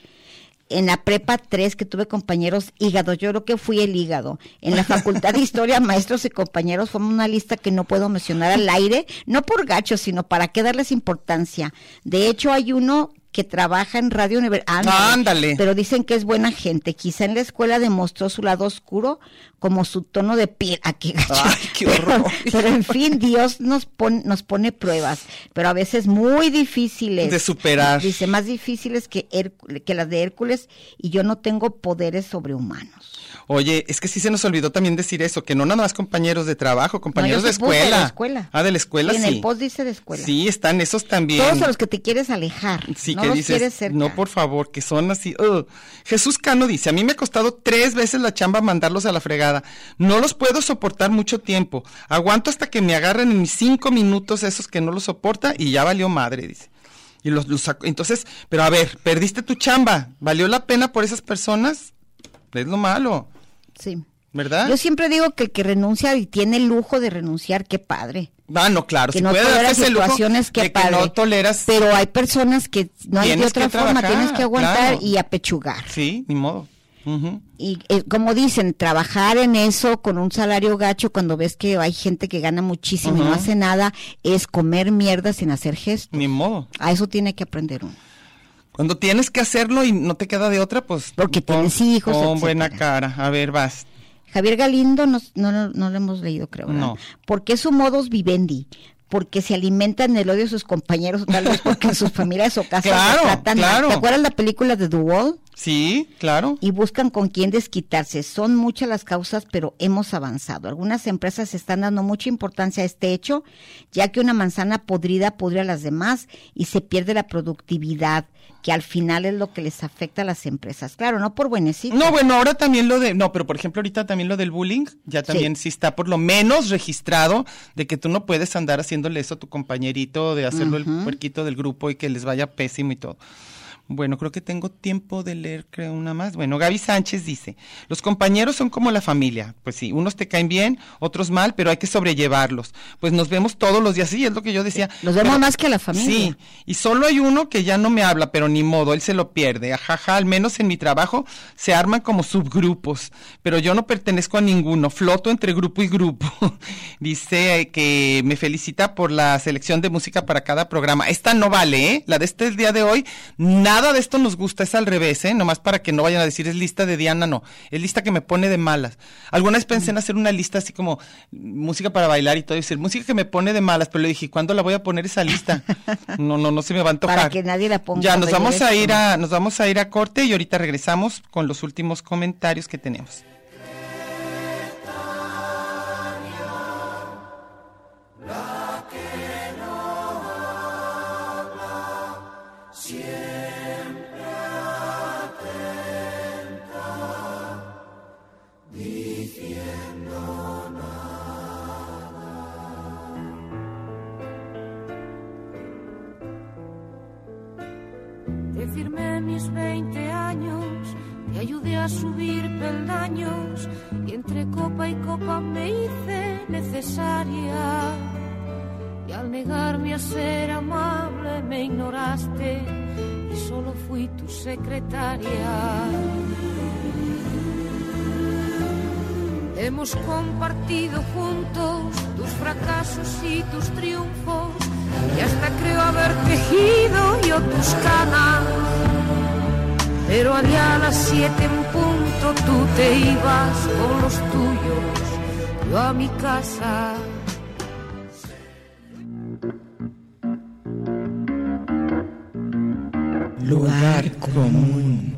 [SPEAKER 2] En la prepa 3 que tuve compañeros hígados, yo creo que fui el hígado. En la facultad de
[SPEAKER 4] [LAUGHS]
[SPEAKER 2] historia, maestros y compañeros, forman una lista que no puedo mencionar al aire, no por gacho, sino para qué darles importancia. De hecho, hay uno que trabaja en Radio Universidad.
[SPEAKER 4] Ah, Ándale.
[SPEAKER 2] Pero dicen que es buena gente. Quizá en la escuela demostró su lado oscuro como su tono de piel. Ah, qué gacho.
[SPEAKER 4] Ay, qué horror.
[SPEAKER 2] Pero, pero en fin, Dios nos, pon- nos pone pruebas, pero a veces muy difíciles.
[SPEAKER 4] De superar.
[SPEAKER 2] Dice, más difíciles que, Hércules- que las de Hércules y yo no tengo poderes sobrehumanos.
[SPEAKER 4] oye, es que sí se nos olvidó también decir eso, que no nada más compañeros de trabajo, compañeros
[SPEAKER 2] No, yo
[SPEAKER 4] de
[SPEAKER 2] sí puse
[SPEAKER 4] escuela.
[SPEAKER 2] de la escuela.
[SPEAKER 4] Ah, de la escuela,
[SPEAKER 2] Y en
[SPEAKER 4] sí.
[SPEAKER 2] el post dice de escuela.
[SPEAKER 4] Sí, están esos también.
[SPEAKER 2] Todos a los que te quieres alejar.
[SPEAKER 4] Sí,
[SPEAKER 2] no
[SPEAKER 4] que
[SPEAKER 2] los
[SPEAKER 4] dices,
[SPEAKER 2] quieres cerca.
[SPEAKER 4] no por favor, que son así. ugh. Jesús Cano dice, a mí me ha costado tres veces la chamba mandarlos a la fregada. No los puedo soportar mucho tiempo. Aguanto hasta que me agarren en mis cinco minutos esos que no los soporta y ya valió madre, dice. Y los, los saco- Entonces, pero a ver, perdiste tu chamba. ¿Valió la pena por esas personas? Es lo malo.
[SPEAKER 2] Sí.
[SPEAKER 4] ¿Verdad?
[SPEAKER 2] Yo siempre digo que el que renuncia y tiene el lujo de renunciar, qué padre.
[SPEAKER 4] Ah, no, claro.
[SPEAKER 2] Que
[SPEAKER 4] si
[SPEAKER 2] no
[SPEAKER 4] puede darse
[SPEAKER 2] toleras
[SPEAKER 4] ese lujo
[SPEAKER 2] situaciones,
[SPEAKER 4] de
[SPEAKER 2] qué padre.
[SPEAKER 4] no toleras.
[SPEAKER 2] Pero hay personas que no hay de
[SPEAKER 4] Tienes que
[SPEAKER 2] otra forma,
[SPEAKER 4] trabajar,
[SPEAKER 2] tienes que aguantar
[SPEAKER 4] claro.
[SPEAKER 2] y apechugar.
[SPEAKER 4] Sí, ni modo. Ujú.
[SPEAKER 2] Y eh, como dicen, trabajar en eso con un salario gacho cuando ves que hay gente que gana muchísimo y no
[SPEAKER 4] Ujú.
[SPEAKER 2] hace nada, es comer mierda sin hacer gestos.
[SPEAKER 4] Ni modo.
[SPEAKER 2] A eso tiene que aprender uno.
[SPEAKER 4] Cuando tienes que hacerlo y no te queda de otra, pues.
[SPEAKER 2] Porque tienes hijos,
[SPEAKER 4] Con
[SPEAKER 2] etcétera.
[SPEAKER 4] buena cara. A ver, vas.
[SPEAKER 2] Javier Galindo no, no, no- no lo hemos leído, creo. ¿verdad?
[SPEAKER 4] No.
[SPEAKER 2] Porque es su modus vivendi. Porque se alimentan del odio de sus compañeros, o tal vez porque sus familias o casas
[SPEAKER 4] Claro,
[SPEAKER 2] los tratan mal.
[SPEAKER 4] claro.
[SPEAKER 2] ¿Te acuerdas la película de The Wall?
[SPEAKER 4] Sí, claro.
[SPEAKER 2] y buscan con quién desquitarse. Son muchas las causas, pero hemos avanzado. Algunas empresas están dando mucha importancia a este hecho, ya que una manzana podrida pudre a las demás y se pierde la productividad, que al final es lo que les afecta a las empresas. Claro, no por buenecito.
[SPEAKER 4] No, bueno, ahora también lo de, no, pero por ejemplo ahorita también lo del bullying, ya también sí. está por lo menos registrado de que tú no puedes andar haciéndole eso a tu compañerito, de hacerlo el puerquito del grupo y que les vaya pésimo y todo. Bueno, creo que tengo tiempo de leer, creo, una más. Bueno, Gaby Sánchez dice, los compañeros son como la familia. Pues sí, unos te caen bien, otros mal, pero hay que sobrellevarlos. Pues nos vemos todos los días, sí, es lo que yo decía.
[SPEAKER 2] Los vemos
[SPEAKER 4] Pero-
[SPEAKER 2] más que a la familia.
[SPEAKER 4] Sí, y solo hay uno que ya no me habla, pero ni modo, él se lo pierde. Ajaja, al menos en mi trabajo se arman como subgrupos, pero yo no pertenezco a ninguno, floto entre grupo y grupo. [LAUGHS] Dice eh, que me felicita por la selección de música para cada programa. Esta no vale, ¿eh? La de este día de hoy, nada de esto nos gusta, es al revés, ¿eh? Nomás para que no vayan a decir es lista de Diana, no, es lista que me pone de malas. Alguna vez pensé en hacer una lista así como música para bailar y todo, y decir música que me pone de malas, pero le dije, ¿cuándo la voy a poner esa lista? No, no, no se me va a antojar.
[SPEAKER 2] Para que nadie la ponga
[SPEAKER 4] Ya, nos
[SPEAKER 2] cuando
[SPEAKER 4] vamos
[SPEAKER 2] llegue
[SPEAKER 4] a
[SPEAKER 2] esto.
[SPEAKER 4] ir a, nos vamos a ir a corte y ahorita regresamos con los últimos comentarios que tenemos.
[SPEAKER 9] Te firmé mis 20 años, te ayudé a subir peldaños y entre copa y copa me hice necesaria. Y al negarme a ser amable me ignoraste y solo fui tu secretaria. Hemos compartido juntos tus fracasos y tus triunfos y hasta creo haber tejido yo tus canas. Pero allá a las siete en punto tú te ibas con los tuyos, yo a mi casa.
[SPEAKER 7] Lugar común.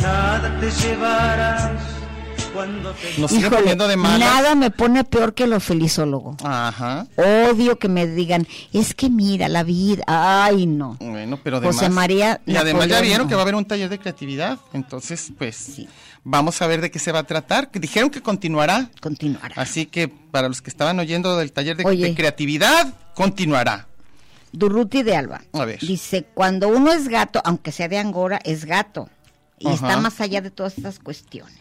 [SPEAKER 6] Nada te llevarás cuando te
[SPEAKER 4] Nos sigue
[SPEAKER 2] Híjole,
[SPEAKER 4] poniendo de malas.
[SPEAKER 2] Nada me pone peor que lo felizólogo.
[SPEAKER 4] Ajá.
[SPEAKER 2] Odio que me digan, es que mira, la vida, ay no.
[SPEAKER 4] Bueno, pero además.
[SPEAKER 2] José María
[SPEAKER 4] Y además ya
[SPEAKER 2] Napoleón,
[SPEAKER 4] vieron
[SPEAKER 2] no.
[SPEAKER 4] que va a haber un taller de creatividad. Entonces, pues, vamos a ver de qué se va a tratar. que Dijeron que continuará.
[SPEAKER 2] Continuará.
[SPEAKER 4] Así que para los que estaban oyendo del taller de,
[SPEAKER 2] Oye.
[SPEAKER 4] de creatividad, continuará.
[SPEAKER 2] Durruti de Alba.
[SPEAKER 4] A ver.
[SPEAKER 2] Dice, cuando uno es gato, aunque sea de Angora, es gato. Y está
[SPEAKER 4] Ajá.
[SPEAKER 2] más allá de todas estas cuestiones.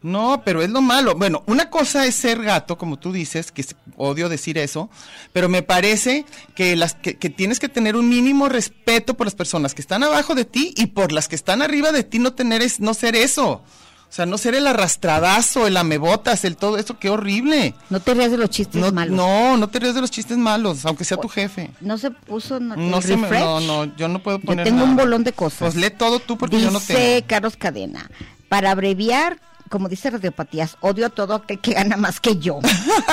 [SPEAKER 4] No, pero es lo malo. Bueno, una cosa es ser gato, como tú dices, que es- odio decir eso, pero me parece que, las, que, que tienes que tener un mínimo respeto por las personas que están abajo de ti y por las que están arriba de ti no tener es, no ser eso. O sea, no ser el arrastradazo, el amebotas, el todo eso, qué horrible.
[SPEAKER 2] No te rías de los chistes
[SPEAKER 4] No,
[SPEAKER 2] malos.
[SPEAKER 4] no, no te rías de los chistes malos, aunque sea tu jefe.
[SPEAKER 2] No se puso no,
[SPEAKER 4] No,
[SPEAKER 2] el
[SPEAKER 4] se me-
[SPEAKER 2] refresh.
[SPEAKER 4] no, no, yo no puedo
[SPEAKER 2] Yo
[SPEAKER 4] poner
[SPEAKER 2] tengo un
[SPEAKER 4] nada.
[SPEAKER 2] bolón de cosas.
[SPEAKER 4] Pues lee todo tú porque
[SPEAKER 2] Dice
[SPEAKER 4] yo no tengo.
[SPEAKER 2] Carlos Cadena, para abreviar, como dice Radiopatías, odio a todo aquel que gana más que
[SPEAKER 4] [LAUGHS]
[SPEAKER 2] yo.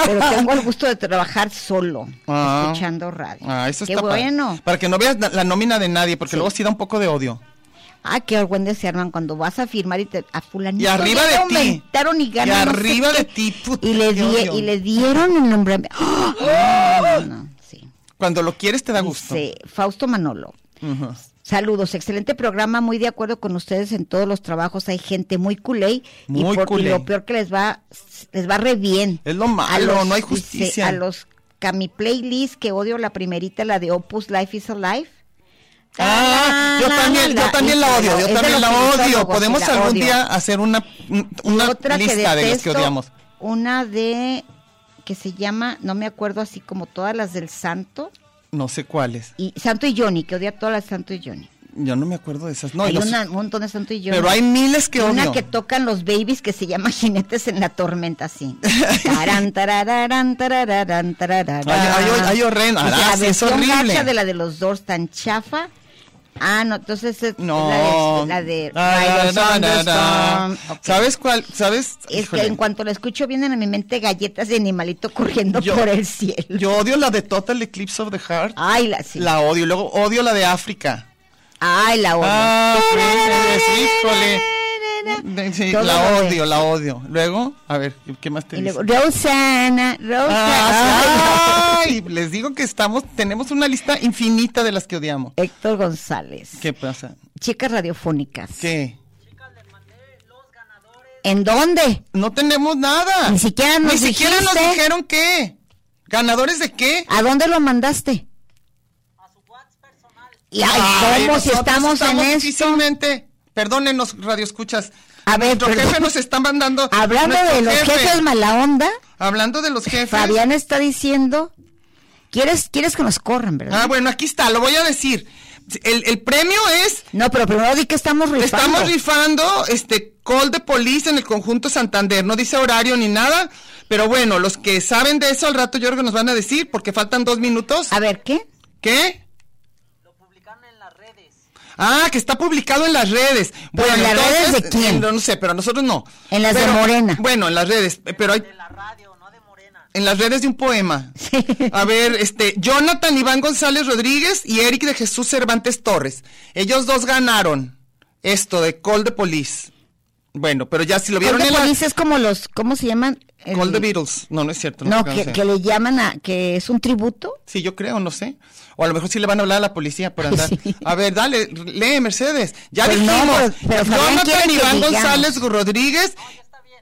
[SPEAKER 2] Pero tengo el gusto de trabajar solo,
[SPEAKER 4] Ah.
[SPEAKER 2] escuchando radio.
[SPEAKER 4] Ah, eso
[SPEAKER 2] Qué
[SPEAKER 4] está padre.
[SPEAKER 2] bueno.
[SPEAKER 4] Para que no veas na- la nómina de nadie, porque luego sí da un poco de odio.
[SPEAKER 2] Ah, qué vergüenza se arman cuando vas a firmar y te a fulanito
[SPEAKER 4] Y arriba
[SPEAKER 2] ya
[SPEAKER 4] de
[SPEAKER 2] le
[SPEAKER 4] ti.
[SPEAKER 2] aumentaron y
[SPEAKER 4] Y
[SPEAKER 2] ganaron no sé
[SPEAKER 4] arriba
[SPEAKER 2] qué.
[SPEAKER 4] de ti, puta,
[SPEAKER 2] y le
[SPEAKER 4] qué
[SPEAKER 2] die-
[SPEAKER 4] odio.
[SPEAKER 2] y le dieron el nombramiento. ¡Ah! No, no, no, sí.
[SPEAKER 4] Cuando lo quieres te da gusto.
[SPEAKER 2] Dice Fausto Manolo.
[SPEAKER 4] Ujú.
[SPEAKER 2] Saludos, excelente programa, muy de acuerdo con ustedes en todos los trabajos, hay gente muy culé y,
[SPEAKER 4] Muy
[SPEAKER 2] por- y
[SPEAKER 4] culé.
[SPEAKER 2] lo peor que les va les va re bien.
[SPEAKER 4] Es lo malo,
[SPEAKER 2] A
[SPEAKER 4] no hay
[SPEAKER 2] dice,
[SPEAKER 4] justicia.
[SPEAKER 2] a los que a mi playlist que odio la primerita, la de Opus Life is Alive.
[SPEAKER 4] Ah, yo también, yo también la odio, yo
[SPEAKER 2] Es de
[SPEAKER 4] también
[SPEAKER 2] los
[SPEAKER 4] la odio.
[SPEAKER 2] filólogos,
[SPEAKER 4] Podemos
[SPEAKER 2] sí, la
[SPEAKER 4] algún
[SPEAKER 2] odio.
[SPEAKER 4] día hacer una, una
[SPEAKER 2] Otra que
[SPEAKER 4] lista de las que
[SPEAKER 2] detesto,
[SPEAKER 4] odiamos.
[SPEAKER 2] Una de que se llama, no me acuerdo así como todas las del Santo
[SPEAKER 4] No sé cuáles.
[SPEAKER 2] y Santo y Johnny, que odia todas las de Santo y Johnny.
[SPEAKER 4] Yo no me acuerdo de esas. No,
[SPEAKER 2] hay
[SPEAKER 4] yo sé-
[SPEAKER 2] una- un montón de Santo y Johnny.
[SPEAKER 4] pero hay miles que
[SPEAKER 2] una
[SPEAKER 4] odio.
[SPEAKER 2] que tocan los babies que se llama [LAUGHS] Jinetes en la Tormenta, sí. Tarán, tarararán, tarararán, tarararán.
[SPEAKER 4] Ay, ay, ay, horrendo.
[SPEAKER 2] Dice,
[SPEAKER 4] Ah,
[SPEAKER 2] la
[SPEAKER 4] sí, es
[SPEAKER 2] versión
[SPEAKER 4] horrible.
[SPEAKER 2] gacha de la de los dos tan chafa. Ah, no, entonces es
[SPEAKER 4] No.
[SPEAKER 2] la de, este, la
[SPEAKER 4] Ah,
[SPEAKER 2] de Riders
[SPEAKER 4] da,
[SPEAKER 2] on the
[SPEAKER 4] da, da.
[SPEAKER 2] Storm. Ok.
[SPEAKER 4] ¿Sabes cuál? ¿Sabes?
[SPEAKER 2] Es que
[SPEAKER 4] Híjole.
[SPEAKER 2] en cuanto la escucho vienen a mi mente galletas de animalito corriendo
[SPEAKER 4] Yo-
[SPEAKER 2] por el cielo.
[SPEAKER 4] Yo odio la de Total Eclipse of the Heart.
[SPEAKER 2] Ay, la sí.
[SPEAKER 4] La odio. Luego odio la de África.
[SPEAKER 2] Ay, la odio.
[SPEAKER 4] Ah, sí, híjole. Sí,
[SPEAKER 2] Todo
[SPEAKER 4] la
[SPEAKER 2] lo de-
[SPEAKER 4] odio, la odio. Luego, a ver, ¿qué más te
[SPEAKER 2] Y
[SPEAKER 4] dice?
[SPEAKER 2] luego, Rosana, Rosana.
[SPEAKER 4] Ah,
[SPEAKER 2] [LAUGHS]
[SPEAKER 4] sí. Ay, les digo que estamos, tenemos una lista infinita de las que odiamos.
[SPEAKER 2] Héctor González.
[SPEAKER 4] ¿Qué pasa?
[SPEAKER 2] Chicas radiofónicas.
[SPEAKER 4] ¿Qué?
[SPEAKER 2] ¿En dónde?
[SPEAKER 4] No tenemos nada.
[SPEAKER 2] Ni siquiera nos
[SPEAKER 4] Ni siquiera nos
[SPEAKER 2] dijiste.
[SPEAKER 4] dijeron qué. ¿Ganadores de qué?
[SPEAKER 2] ¿A dónde lo mandaste? Y ay,
[SPEAKER 4] Ay,
[SPEAKER 2] ¿cómo si
[SPEAKER 4] nosotros
[SPEAKER 2] estamos, en esto?
[SPEAKER 4] difícilmente. Perdónenos, radioescuchas.
[SPEAKER 2] A ver,
[SPEAKER 4] nuestro
[SPEAKER 2] perdón.
[SPEAKER 4] jefe nos está mandando.
[SPEAKER 2] Hablando
[SPEAKER 4] nuestro
[SPEAKER 2] de los
[SPEAKER 4] jefe.
[SPEAKER 2] jefes mala onda,
[SPEAKER 4] Hablando de los jefes.
[SPEAKER 2] Fabián está diciendo, ¿quieres, quieres que nos corran, verdad?
[SPEAKER 4] Ah, bueno, aquí está, lo voy a decir. El, el premio es,
[SPEAKER 2] No, pero primero di que estamos rifando.
[SPEAKER 4] estamos rifando este call de police en el conjunto Santander, no dice horario ni nada, pero bueno, los que saben de eso al rato yo creo que nos van a decir, porque faltan dos minutos.
[SPEAKER 2] A ver, ¿qué?
[SPEAKER 4] ¿Qué? Ah, que está publicado en las redes.
[SPEAKER 2] Pero
[SPEAKER 4] Bueno,
[SPEAKER 2] ¿en las
[SPEAKER 4] entonces,
[SPEAKER 2] redes de quién?
[SPEAKER 4] eh, No, no sé, pero nosotros no.
[SPEAKER 2] En las de
[SPEAKER 4] Pero,
[SPEAKER 2] Morena.
[SPEAKER 4] Bueno, en las redes, eh, pero hay... En las redes de un poema.
[SPEAKER 2] Sí.
[SPEAKER 4] A ver, este, Jonathan Iván González Rodríguez y Eric de Jesús Cervantes Torres. Ellos dos ganaron esto de Call de Police. Bueno, pero ya si lo vieron
[SPEAKER 2] Call de
[SPEAKER 4] en la...
[SPEAKER 2] Police es como los, ¿cómo se llaman? El-
[SPEAKER 4] Call the Beatles. No, no es cierto.
[SPEAKER 2] No,
[SPEAKER 4] sé qué
[SPEAKER 2] que,
[SPEAKER 4] hacer.
[SPEAKER 2] que le llaman a, que es un tributo.
[SPEAKER 4] Sí, yo creo, no sé. O a lo mejor sí le van a hablar a la policía por andar.
[SPEAKER 2] [LAUGHS] Sí.
[SPEAKER 4] A ver, dale, lee, Mercedes. Ya
[SPEAKER 2] Pues no,
[SPEAKER 4] dijimos.
[SPEAKER 2] pues, pero Fabián
[SPEAKER 4] Jonathan
[SPEAKER 2] quiere que
[SPEAKER 4] Iván
[SPEAKER 2] digamos.
[SPEAKER 4] González Rodríguez.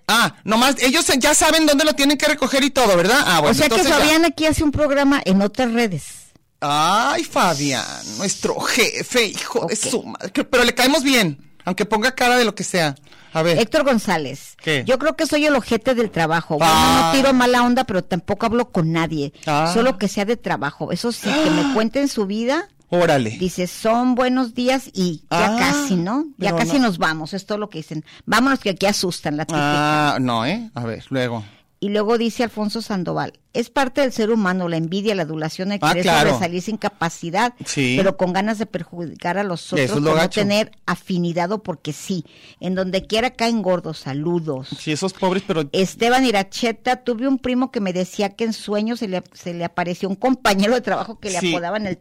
[SPEAKER 4] Ah, nomás, ellos ya saben dónde lo tienen que recoger y todo, ¿verdad? Ah, bueno,
[SPEAKER 2] o sea que
[SPEAKER 4] entonces ya.
[SPEAKER 2] Fabián aquí hace un programa en otras redes.
[SPEAKER 4] Ay, Fabián, nuestro jefe, hijo
[SPEAKER 2] Ok.
[SPEAKER 4] de su madre. Que- Pero le caemos bien, aunque ponga cara de lo que sea. A ver.
[SPEAKER 2] [LAUGHS] Héctor González.
[SPEAKER 4] ¿Qué?
[SPEAKER 2] Yo creo que soy el ojete del trabajo.
[SPEAKER 4] Ah.
[SPEAKER 2] Bueno, no tiro mala onda, pero tampoco hablo con nadie.
[SPEAKER 4] Ah.
[SPEAKER 2] Solo que sea de trabajo. Eso sí, que
[SPEAKER 4] [GASPS]
[SPEAKER 2] me cuenten su vida.
[SPEAKER 4] Órale.
[SPEAKER 2] Dice, son buenos días y ya
[SPEAKER 4] Ah,
[SPEAKER 2] casi, ¿no? Ya
[SPEAKER 4] pero
[SPEAKER 2] casi
[SPEAKER 4] no.
[SPEAKER 2] nos vamos. Es todo lo que dicen. Vámonos que aquí asustan la típica.
[SPEAKER 4] Ah, no, ¿eh? A ver, luego.
[SPEAKER 2] Y luego dice Alfonso Sandoval, es parte del ser humano la envidia, la adulación, el
[SPEAKER 4] Ah,
[SPEAKER 2] querer
[SPEAKER 4] claro.
[SPEAKER 2] sobresalir sin capacidad,
[SPEAKER 4] Sí.
[SPEAKER 2] pero con ganas de perjudicar a los
[SPEAKER 4] Eso es
[SPEAKER 2] otros
[SPEAKER 4] lo
[SPEAKER 2] por no
[SPEAKER 4] gacho.
[SPEAKER 2] tener afinidad o porque sí. En donde quiera caen gordos, saludos.
[SPEAKER 4] Sí, esos pobres, pero.
[SPEAKER 2] Eh, Esteban Iracheta, tuve un primo que me decía que en sueños se le, se le apareció un compañero de trabajo que le
[SPEAKER 4] Sí.
[SPEAKER 2] apodaban el,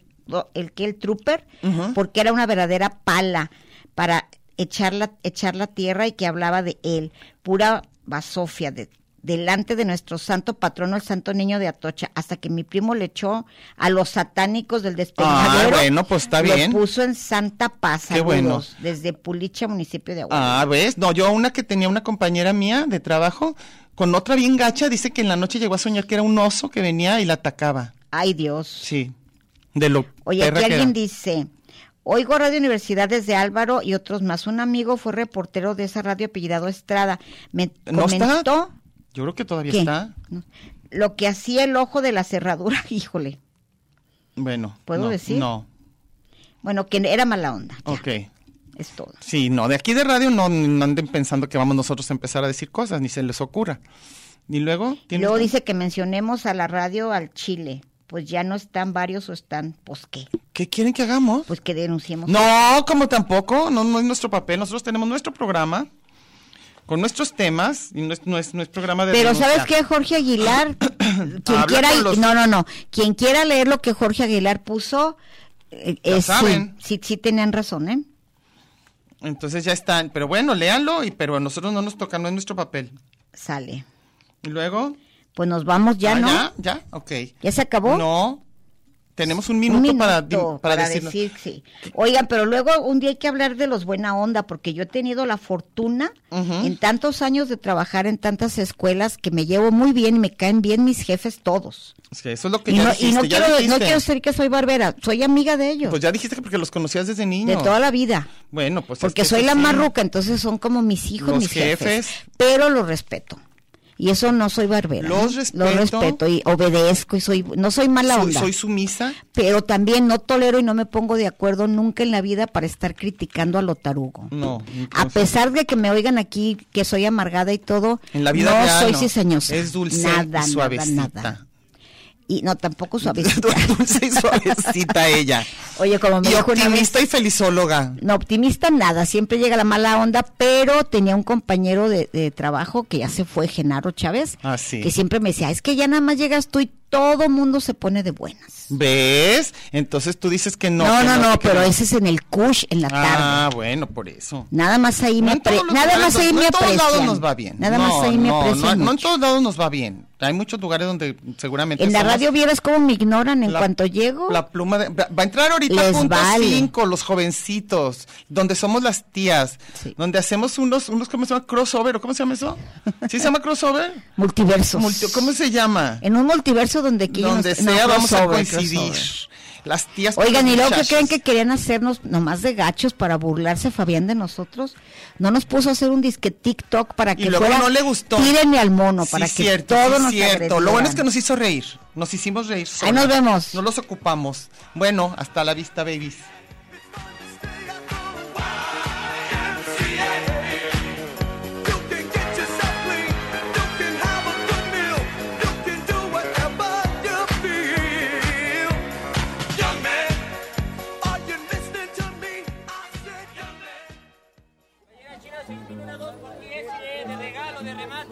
[SPEAKER 2] el que el trooper,
[SPEAKER 4] Ujú.
[SPEAKER 2] porque era una verdadera pala para echar la, echar la tierra y que hablaba de él, pura basofia de delante de nuestro santo patrono, el santo niño de Atocha, hasta que mi primo le echó a los satánicos del despeinadero.
[SPEAKER 4] Ah, bueno, pues está
[SPEAKER 2] lo
[SPEAKER 4] bien.
[SPEAKER 2] puso en Santa Paz,
[SPEAKER 4] Qué bueno.
[SPEAKER 2] saludos, desde Pulicha, municipio de Aguascalientes.
[SPEAKER 4] Ah, ¿ves? No, yo una que tenía una compañera mía de trabajo, con otra bien gacha, dice que en la noche llegó a soñar que era un oso que venía y la atacaba.
[SPEAKER 2] Ay, Dios.
[SPEAKER 4] Sí. De lo
[SPEAKER 2] Oye,
[SPEAKER 4] perra
[SPEAKER 2] aquí
[SPEAKER 4] que
[SPEAKER 2] alguien
[SPEAKER 4] era.
[SPEAKER 2] dice, oigo Radio Universidad desde Álvaro y otros más. Un amigo fue reportero de esa radio apellidado Estrada. Me
[SPEAKER 4] ¿No está?
[SPEAKER 2] comentó
[SPEAKER 4] Yo creo que todavía
[SPEAKER 2] ¿Qué?
[SPEAKER 4] está.
[SPEAKER 2] no, lo que hacía el ojo de la cerradura, [LAUGHS] híjole.
[SPEAKER 4] Bueno.
[SPEAKER 2] ¿Puedo
[SPEAKER 4] no,
[SPEAKER 2] decir?
[SPEAKER 4] No.
[SPEAKER 2] Bueno, que era mala onda,
[SPEAKER 4] Ok.
[SPEAKER 2] es todo.
[SPEAKER 4] Sí, no, de aquí de radio no, no anden pensando que vamos nosotros a empezar a decir cosas, ni se les ocurra. Y luego,
[SPEAKER 2] Y
[SPEAKER 4] ¿tienes
[SPEAKER 2] luego
[SPEAKER 4] tú?
[SPEAKER 2] dice que mencionemos a la radio al Chile. Pues ya no están varios o están, pues qué,
[SPEAKER 4] ¿qué quieren que hagamos?
[SPEAKER 2] pues que denunciemos.
[SPEAKER 4] No, como tampoco, no, no es nuestro papel, nosotros tenemos nuestro programa. con nuestros temas y no es, no es, no es programa de
[SPEAKER 2] Pero
[SPEAKER 4] denunciar.
[SPEAKER 2] ¿sabes qué, Jorge
[SPEAKER 4] [CLEARS THROAT]
[SPEAKER 2] Aguilar? quien
[SPEAKER 4] Habla
[SPEAKER 2] quiera,
[SPEAKER 4] con los-
[SPEAKER 2] no, no, no, quien quiera leer lo que Jorge Aguilar puso, eh,
[SPEAKER 4] Ya
[SPEAKER 2] eh,
[SPEAKER 4] saben.
[SPEAKER 2] Sí, sí, sí tenían razón, ¿eh?
[SPEAKER 4] Entonces ya están, pero bueno, léanlo y pero a nosotros no nos toca, no es nuestro papel.
[SPEAKER 2] Sale.
[SPEAKER 4] Y luego
[SPEAKER 2] Pues nos vamos ya,
[SPEAKER 4] Ah,
[SPEAKER 2] ¿no?
[SPEAKER 4] ya, ya, ok.
[SPEAKER 2] ¿Ya se acabó?
[SPEAKER 4] No. Tenemos un minuto, para, di- para, decirnos.
[SPEAKER 2] decir, sí. Oigan, pero luego un día hay que hablar de los buena onda, porque yo he tenido la fortuna
[SPEAKER 4] Ujú.
[SPEAKER 2] en tantos años de trabajar en tantas escuelas que me llevo muy bien y me caen bien mis jefes todos.
[SPEAKER 4] Es que eso es lo que
[SPEAKER 2] Y
[SPEAKER 4] ya
[SPEAKER 2] no, y
[SPEAKER 4] dijiste,
[SPEAKER 2] no
[SPEAKER 4] ya
[SPEAKER 2] quiero, no
[SPEAKER 4] dijiste.
[SPEAKER 2] quiero decir que soy barbera, soy amiga de ellos,
[SPEAKER 4] Pues ya dijiste que porque los conocías desde niño.
[SPEAKER 2] de toda la vida.
[SPEAKER 4] Bueno, pues es
[SPEAKER 2] porque
[SPEAKER 4] que
[SPEAKER 2] soy
[SPEAKER 4] eso
[SPEAKER 2] la
[SPEAKER 4] sí.
[SPEAKER 2] marruca, entonces son como mis hijos,
[SPEAKER 4] Los
[SPEAKER 2] mis jefes,
[SPEAKER 4] jefes.
[SPEAKER 2] pero los respeto. Y eso no soy barbera.
[SPEAKER 4] Los
[SPEAKER 2] ¿no?
[SPEAKER 4] respeto.
[SPEAKER 2] respeto y obedezco y soy no soy mala
[SPEAKER 4] Soy,
[SPEAKER 2] onda.
[SPEAKER 4] soy sumisa.
[SPEAKER 2] pero también no tolero y no me pongo de acuerdo nunca en la vida para estar criticando a lo tarugo.
[SPEAKER 4] No, entonces-
[SPEAKER 2] A pesar de que me oigan aquí que soy amargada y todo,
[SPEAKER 4] En la vida
[SPEAKER 2] no
[SPEAKER 4] real,
[SPEAKER 2] soy
[SPEAKER 4] no.
[SPEAKER 2] cizañosa.
[SPEAKER 4] Es dulce
[SPEAKER 2] nada,
[SPEAKER 4] y
[SPEAKER 2] nada,
[SPEAKER 4] suavecita.
[SPEAKER 2] nada. Y no, tampoco suavecita.
[SPEAKER 4] [LAUGHS] Dulce y suavecita ella.
[SPEAKER 2] Oye, como [LAUGHS] me
[SPEAKER 4] Y
[SPEAKER 2] dijo una vez,
[SPEAKER 4] optimista y felizóloga.
[SPEAKER 2] no optimista nada, siempre llega la mala onda, pero tenía un compañero de, de trabajo que ya se fue, Genaro Chávez,
[SPEAKER 4] Ah, sí.
[SPEAKER 2] que siempre me decía, es que ya nada más llegas tú y todo mundo se pone de buenas.
[SPEAKER 4] ¿Ves? Entonces tú dices que no.
[SPEAKER 2] No,
[SPEAKER 4] que
[SPEAKER 2] no, no,
[SPEAKER 4] que
[SPEAKER 2] pero ese es en el cush, en la tarde.
[SPEAKER 4] Ah, bueno, por eso.
[SPEAKER 2] Nada más ahí
[SPEAKER 4] No
[SPEAKER 2] me
[SPEAKER 4] en todos
[SPEAKER 2] apre-
[SPEAKER 4] los
[SPEAKER 2] nada
[SPEAKER 4] lugares,
[SPEAKER 2] más ahí
[SPEAKER 4] no
[SPEAKER 2] me
[SPEAKER 4] en todos lados
[SPEAKER 2] aprecian.
[SPEAKER 4] nos va bien.
[SPEAKER 2] Nada
[SPEAKER 4] No,
[SPEAKER 2] más ahí me
[SPEAKER 4] no,
[SPEAKER 2] aprecian.
[SPEAKER 4] No, no en
[SPEAKER 2] mucho.
[SPEAKER 4] todos lados nos va bien. Hay muchos lugares donde seguramente.
[SPEAKER 2] en la
[SPEAKER 4] somos
[SPEAKER 2] radio vieras cómo me ignoran en
[SPEAKER 4] la-
[SPEAKER 2] cuanto llego.
[SPEAKER 4] La pluma de- va va a entrar ahorita
[SPEAKER 2] Les
[SPEAKER 4] punto
[SPEAKER 2] vale.
[SPEAKER 4] cinco, los jovencitos, donde somos las tías,
[SPEAKER 2] Sí.
[SPEAKER 4] donde hacemos unos, unos, ¿cómo se llama? Crossover, ¿o ¿cómo se llama eso? ¿Sí se llama crossover?
[SPEAKER 2] multiversos.
[SPEAKER 4] Multi- ¿Cómo se llama?
[SPEAKER 2] En un multiverso donde quiera
[SPEAKER 4] donde
[SPEAKER 2] nos- no,
[SPEAKER 4] sea vamos a
[SPEAKER 2] crossover,
[SPEAKER 4] coincidir.
[SPEAKER 2] crossover.
[SPEAKER 4] Las tías. con
[SPEAKER 2] Oigan,
[SPEAKER 4] los
[SPEAKER 2] y luego que
[SPEAKER 4] muchachos.
[SPEAKER 2] creen que querían hacernos nomás de gachos para burlarse Fabián de nosotros, no nos puso a hacer un disque TikTok para que
[SPEAKER 4] y luego
[SPEAKER 2] fuera
[SPEAKER 4] no le gustó.
[SPEAKER 2] Tírenme al mono
[SPEAKER 4] Sí,
[SPEAKER 2] para que
[SPEAKER 4] cierto,
[SPEAKER 2] todo
[SPEAKER 4] sí,
[SPEAKER 2] nos
[SPEAKER 4] cierto. Lo bueno es que
[SPEAKER 2] agredieran.
[SPEAKER 4] nos hizo reír. Nos hicimos reír.
[SPEAKER 2] Ahí
[SPEAKER 4] solas.
[SPEAKER 2] nos vemos.
[SPEAKER 4] No los ocupamos. Bueno, hasta la vista, babies.
[SPEAKER 6] You can get yourself clean. You can have a good meal. You can do whatever you feel. Young man, are you listening to me? I said, young man.